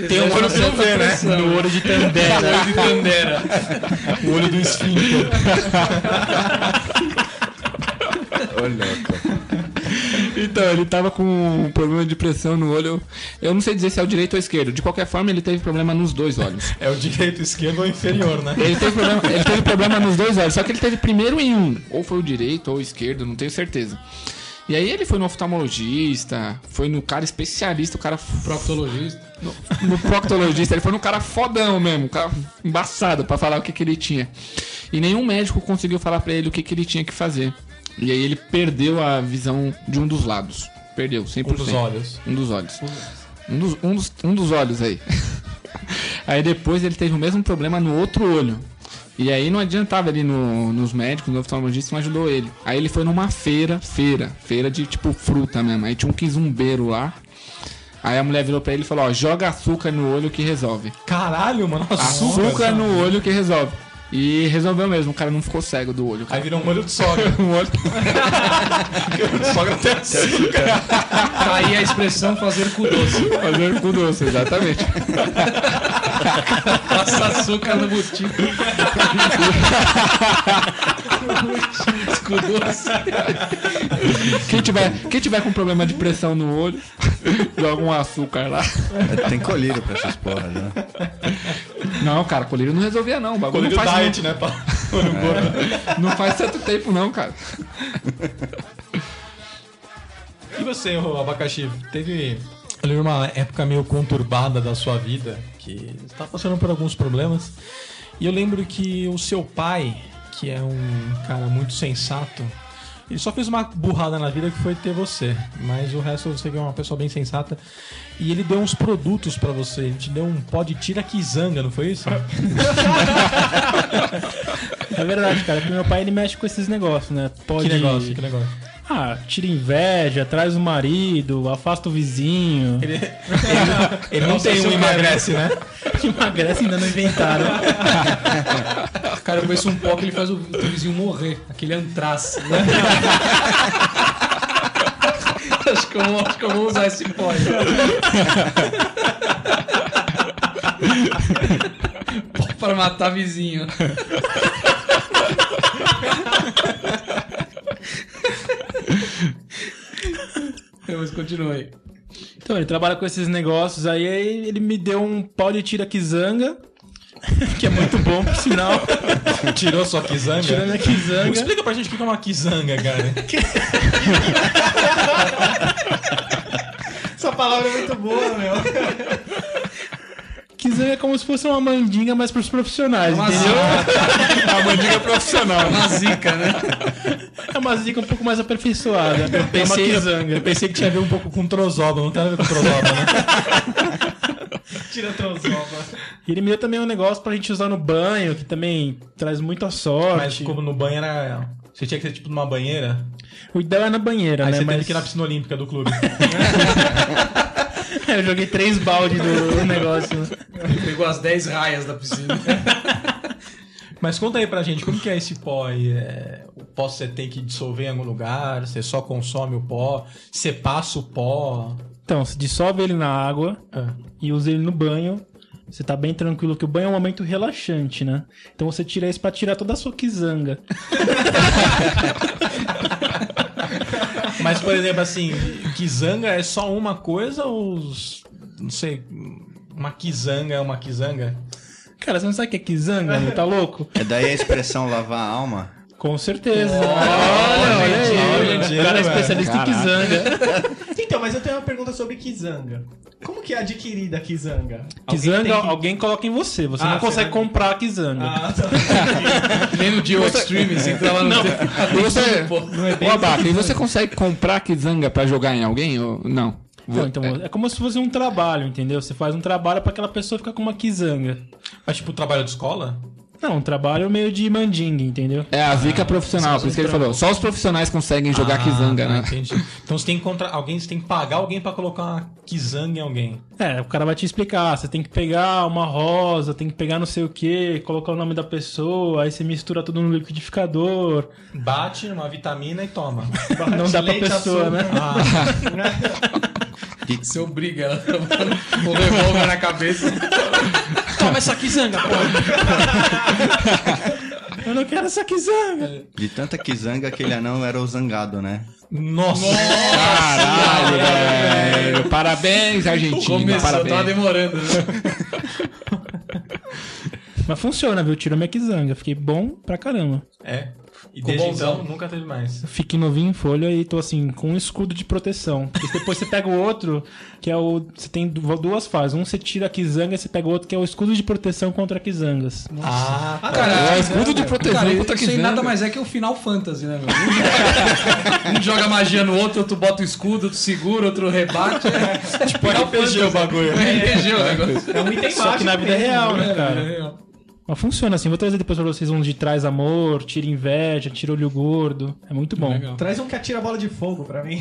Tem um olho que não vê, né? No olho de Tandera.
olho de Tandera.
o olho do esfíncter.
Ô, louco.
Então, ele tava com um problema de pressão no olho. Eu não sei dizer se é o direito ou esquerdo. De qualquer forma, ele teve problema nos dois olhos.
É o direito, esquerdo ou inferior, né?
Ele teve, problema, ele teve problema nos dois olhos, só que ele teve primeiro em um. Ou foi o direito ou o esquerdo, não tenho certeza. E aí ele foi no oftalmologista, foi no cara especialista, o cara. f-
Proctologista.
No, no proctologista, ele foi no cara fodão mesmo, um cara embaçado pra falar o que, que ele tinha. E nenhum médico conseguiu falar pra ele o que, que ele tinha que fazer. E aí ele perdeu a visão de um dos lados. Perdeu, 100%.
Um dos olhos.
Um dos olhos. Um dos, um dos, um dos olhos aí. aí depois ele teve o mesmo problema no outro olho. E aí não adiantava ele ir no, nos médicos, no oftalmologista, não ajudou ele. Aí ele foi numa feira, feira, feira de tipo fruta mesmo. Aí tinha um quizumbeiro lá. Aí a mulher virou pra ele e falou: Ó, joga açúcar no olho que resolve.
Caralho, mano,
Açúcar,
açúcar.
no olho que resolve. E resolveu mesmo, o cara não ficou cego do olho. Aí
virou um olho de sogra.
um olho.
sogra tem açúcar.
Tá aí a expressão fazer cu doce.
Fazer cu doce, exatamente.
Passa açúcar no botico. cu doce.
Quem tiver, quem tiver com problema de pressão no olho, joga um açúcar lá.
É, tem colírio pra essas porras, né?
Não, cara, colírio não resolvia, não. O bagulho não faz muito-
né, pá?
Não faz tanto tempo, não, cara.
E você, ô Abacaxi, teve. Eu lembro uma época meio conturbada da sua vida, que você tá passando por alguns problemas. E eu lembro que o seu pai, que é um cara muito sensato, ele só fez uma burrada na vida que foi ter você. Mas o resto eu sei que é uma pessoa bem sensata. E ele deu uns produtos pra você. Ele te deu um pó de tira quizanga, não foi isso?
É verdade, cara. Porque meu pai ele mexe com esses negócios, né? Pode...
Que negócio, que negócio.
Ah, tira inveja, traz o marido, afasta o vizinho. Ele,
ele não tem um emagrece, né?
emagrece ainda não inventaram.
Cara, eu conheço um pó que ele faz o teu vizinho morrer. Aquele né? antraz. acho, que eu, vou- acho que eu vou usar esse pó. aí. Pó pra matar vizinho. É, Mas continua aí.
Então, ele trabalha com esses negócios aí, aí ele me deu um pau de tira quizanga, que é muito bom, por sinal.
Tirou sua quizanga?
Tirou minha quizanga.
Explica pra gente o que é uma quizanga, cara.
Essa palavra é muito boa, meu.
Quizanga é como se fosse uma mandinga, mas pros profissionais,
Uma
entendeu?
A mandinga profissional.
Uma zica, né?
É uma zica um pouco mais aperfeiçoada. Eu
pensei-
é uma quizanga.
Eu pensei que tinha a ver um pouco com trozoba, não tem nada a ver com trozoba, né?
Tira a transoba.
E ele me deu também um negócio pra gente usar no banho, que também traz muita
Mas
sorte.
como no banho era. Você tinha que ser tipo numa banheira.
O ideal é na banheira,
Aí
né?
você
Mas
teve que ir na piscina olímpica do clube.
eu joguei três balde do negócio. né?
Pegou as 10 raias da piscina.
Mas conta aí pra gente, como que é esse pó aí? É, o pó você tem que dissolver em algum lugar? Você só consome o pó? Você passa o pó?
Então, se dissolve ele na água e usa ele no banho, você tá bem tranquilo, que o banho é um momento relaxante, né? Então você tira isso pra tirar toda a sua quizanga.
Mas, por exemplo, assim, quizanga é só uma coisa ou. os- Não sei. Uma quizanga é uma quizanga?
Cara, você não sabe o que é quizanga, meu? Tá louco?
É daí a expressão lavar a alma.
Com certeza. olha, olha aí.
olha,
o cara
velho.
é especialista em quizanga.
Então, mas eu tenho uma pergunta sobre Kizanga. Como que é adquirida a Kizanga?
Kizanga,
tem que-
alguém coloca em você. Você
Ah,
não
você
consegue
não-
comprar a quizanga.
Ah, tá.
Nem no Dio Extreme, você entra lá no
Não.
E você,
Não é
ô Abaca, e você consegue comprar quizanga pra jogar em alguém? Ou... Não.
Então, então, é. como se fosse um trabalho, entendeu? Você faz um trabalho pra aquela pessoa ficar com uma quizanga.
Mas, tipo, trabalho de escola?
Não, um trabalho meio de mandinga, entendeu?
É a
ah,
zica profissional, por isso que ele falou. Só os profissionais conseguem jogar quizanga,
Ah,
né?
Entendi. Então você tem que encontrar alguém, você tem que pagar alguém pra colocar uma quizanga em alguém.
É, o cara vai te explicar, você tem que pegar uma rosa, tem que pegar não sei o que, colocar o nome da pessoa, aí você mistura tudo no liquidificador.
Bate numa vitamina e toma.
não dá pra
leite,
pessoa,
açúcar.
né?
Ah,
Você obriga ela a o revólver na cabeça.
toma essa quizanga, pô.
Eu não quero essa quizanga.
De tanta quizanga, aquele anão era o zangado, né?
Nossa.
Caralho, velho. Parabéns, Argentina.
Começou, tava
Parabéns.
demorando. né?
Mas funciona, viu? Tirou minha quizanga. Fiquei bom pra caramba.
É. E
Ficou
desde
bonzão.
então nunca teve mais.
Eu Fiquei novinho em folha e tô assim, com um escudo de proteção. Porque depois você pega o outro, que é o. Você tem du- duas fases. Um você tira a quizanga e você pega o outro, que é o escudo de proteção contra quizangas.
Ah, tá.
Cara,
É, escudo de proteção,
né? Cara,
puta que
isso aí
venda.
nada mais é que o final fantasy, né, meu? Um joga magia no outro, outro bota o escudo, outro segura, outro rebate. É, tipo RPG o bagulho. É RPG o negócio.
É um item
Só que na vida é real, né,
É,
cara?
é real.
Mas funciona assim. Vou trazer depois pra vocês uns de Traz Amor, Tira Inveja, Tira Olho Gordo. É muito bom.
Traz um que atira bola de fogo pra mim.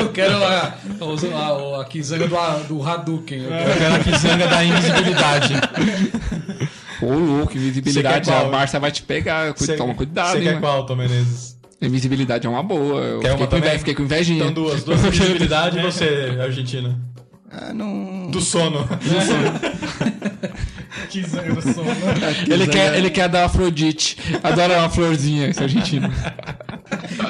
Eu quero lá, os- lá, a Kizanga do, do Hadouken. Eu quero,
a Kizanga da invisibilidade. Ô, louco, invisibilidade.
Você quer
A
qual?
Barça vai te pegar. cu-
Você-
Toma cuidado,
você
hein,
quer
mano.
qual, Tom Menezes?
Invisibilidade é uma boa. Eu
Quer
fiquei,
uma
com
também?
inve- fiquei com invejinha.
Então duas, duas invisibilidade e você, Argentina.
Ah, não.
Do sono.
Kizanga do sono.
ele, quer, ele quer dar Afrodite. Adora uma florzinha, esse argentino.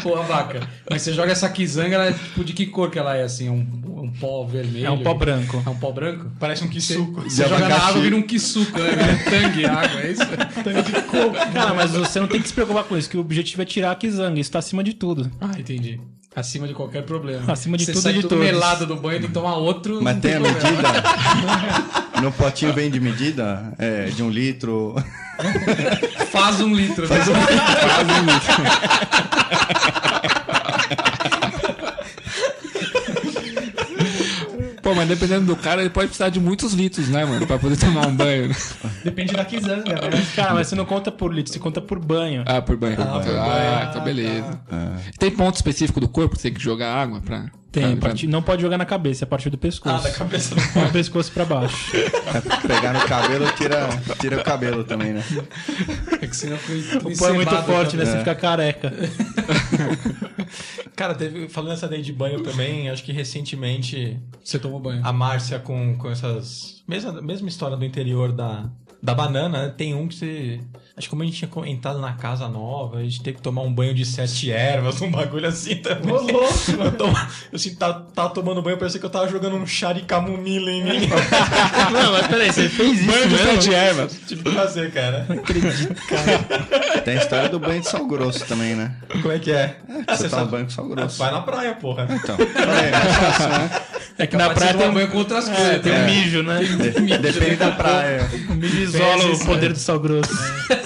Porra, vaca. Mas você joga essa Kizanga, ela é tipo de que cor que ela é? Assim, é um, um pó vermelho?
É um pó branco.
É um pó branco?
Parece um quissuco.
Você
De
joga na
abacaxi.
água e vira um quissuco, né? Vira um tangue água, é isso?
Tangue de coco. Cara, mas você não tem que se preocupar com isso, que o objetivo é tirar a Kizanga. Isso tá acima de tudo.
Ah, entendi. Acima de qualquer problema.
Acima de
você
tudo
sai
e de
todo
todos.
melado do banho, tem que tomar outro.
Mas
não
tem a
problema.
No potinho bem de medida, é, de um litro.
Faz um litro. Faz um,
Pô, mas dependendo do cara, ele pode precisar de muitos litros, né, mano? Pra poder tomar um banho.
Depende da Kizanga, né?
Cara, mas você não conta por litro, você conta por banho.
Ah, por banho. Ah,
por banho.
então beleza. Tem ponto específico do corpo que você tem que jogar água pra.
Tem, tipo, a
pra,
partir- não pode jogar na cabeça, é a partir do pescoço. Ah, da
cabeça
Do pescoço pra baixo.
Pegar no cabelo, tira, tira o cabelo também, né?
É que senão
um
fica
O pó é muito
encebado,
forte, né?
cara.
Você fica careca.
Cara, teve, falando essa daí de banho também, acho que recentemente.
Você tomou banho.
A Márcia com, com essas. Mesma, mesma história do interior da, da banana, né? Tem um que você. Acho que como a gente tinha co- entrado na casa nova, a gente teve que tomar um banho de sete ervas, um bagulho assim também.
Ô, louco,
eu, tô, eu assim, tava, tava tomando banho, parecia que eu tava jogando um chá de camomila em mim.
Não, mas peraí, você fez isso
Banho de
mesmo?
sete ervas. Tive que fazer, cara. Não acredito.
Tem a história do banho de sal grosso também, né?
Como é que é?
você tá toma banho com sal grosso.
Vai na praia, porra.
Então. Praia, é mais fácil, né?
É que na
Capaz de
praia
tomar
tem um
banho com outras coisas.
tem um
É.
mijo, né?
Tem mijo.
Depende da praia.
O mijo isola
Fezes,
o poder
né?
do sal grosso.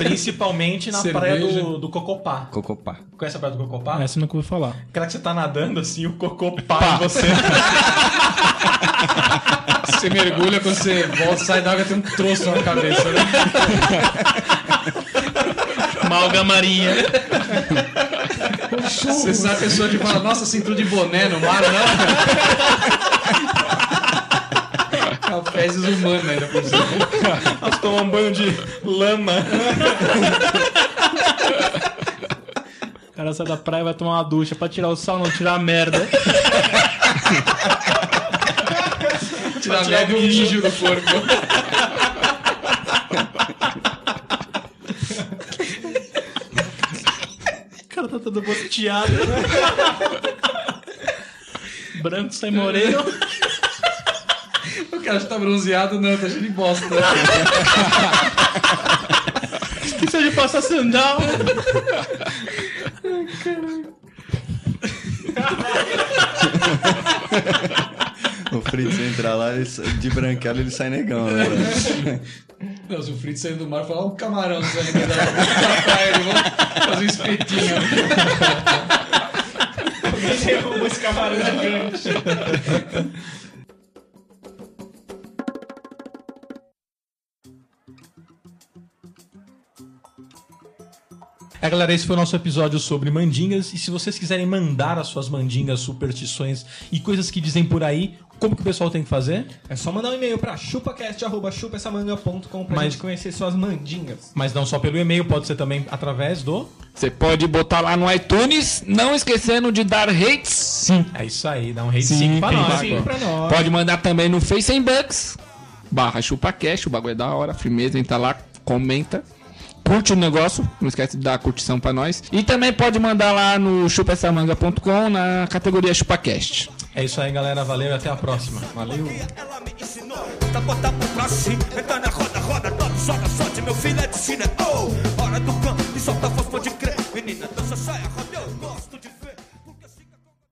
Principalmente na praia
Cerveja.
do, do Cocopá.
Cocopá.
Conhece a praia do Cocopá?
Essa eu nunca ouvi falar.
Cara, que você tá nadando assim, o cocô É. pá em você.
Você mergulha, quando você volta, sai da água, tem um troço na cabeça, né?
Malga marinha.
Você sabe a pessoa que fala, nossa, você entrou de boné no mar, não? Cafés humanos ainda por cima.
Nós tomamos um banho de lama.
O cara sai da praia e vai tomar uma ducha pra tirar o sal, não tirar a merda.
Tirar leve um mijo do corpo.
O cara tá todo né? bosteado. Branco sai moreno.
O cara já tá bronzeado, não, tá cheio de bosta.
Esqueceu de passar sandal.
O Fritz entrar lá, ele sa- de branquelo ele sai negão, né?
Não, se o Fritz sair do mar e falar, olha o camarão saindo da da praia, ele vai fazer um espetinho.
Você arrumou esse camarão gigante.
É, galera, esse foi o nosso episódio sobre mandingas. E se vocês quiserem mandar as suas mandingas, superstições e coisas que dizem por aí, como que o pessoal tem que fazer?
É só mandar um e-mail pra chupacast.chupessamanga.com pra
Mas-
gente conhecer suas mandingas.
Mas não só pelo e-mail, pode ser também através do.
Você pode botar lá no iTunes, não esquecendo de dar rates. Sim.
É isso aí, dá um rate
Sim,
5 pra
tem
nós.
cinco
pô.
pra nós.
Pode mandar também no Facebooks, barra ChupaCast, o bagulho é da hora, firmeza, entra lá, comenta. Curte o negócio, não esquece de dar a curtição pra nós. E também pode mandar lá no chupaessamanga.com na categoria ChupaCast.
É isso aí, galera. Valeu e até a próxima. Valeu.
Da bota por pra cima, entra na roda, roda, todo joga sorte, meu filho é de China. Oh, hora do campo, e solta a voz, pode crer. Menina, dança, saia, roda.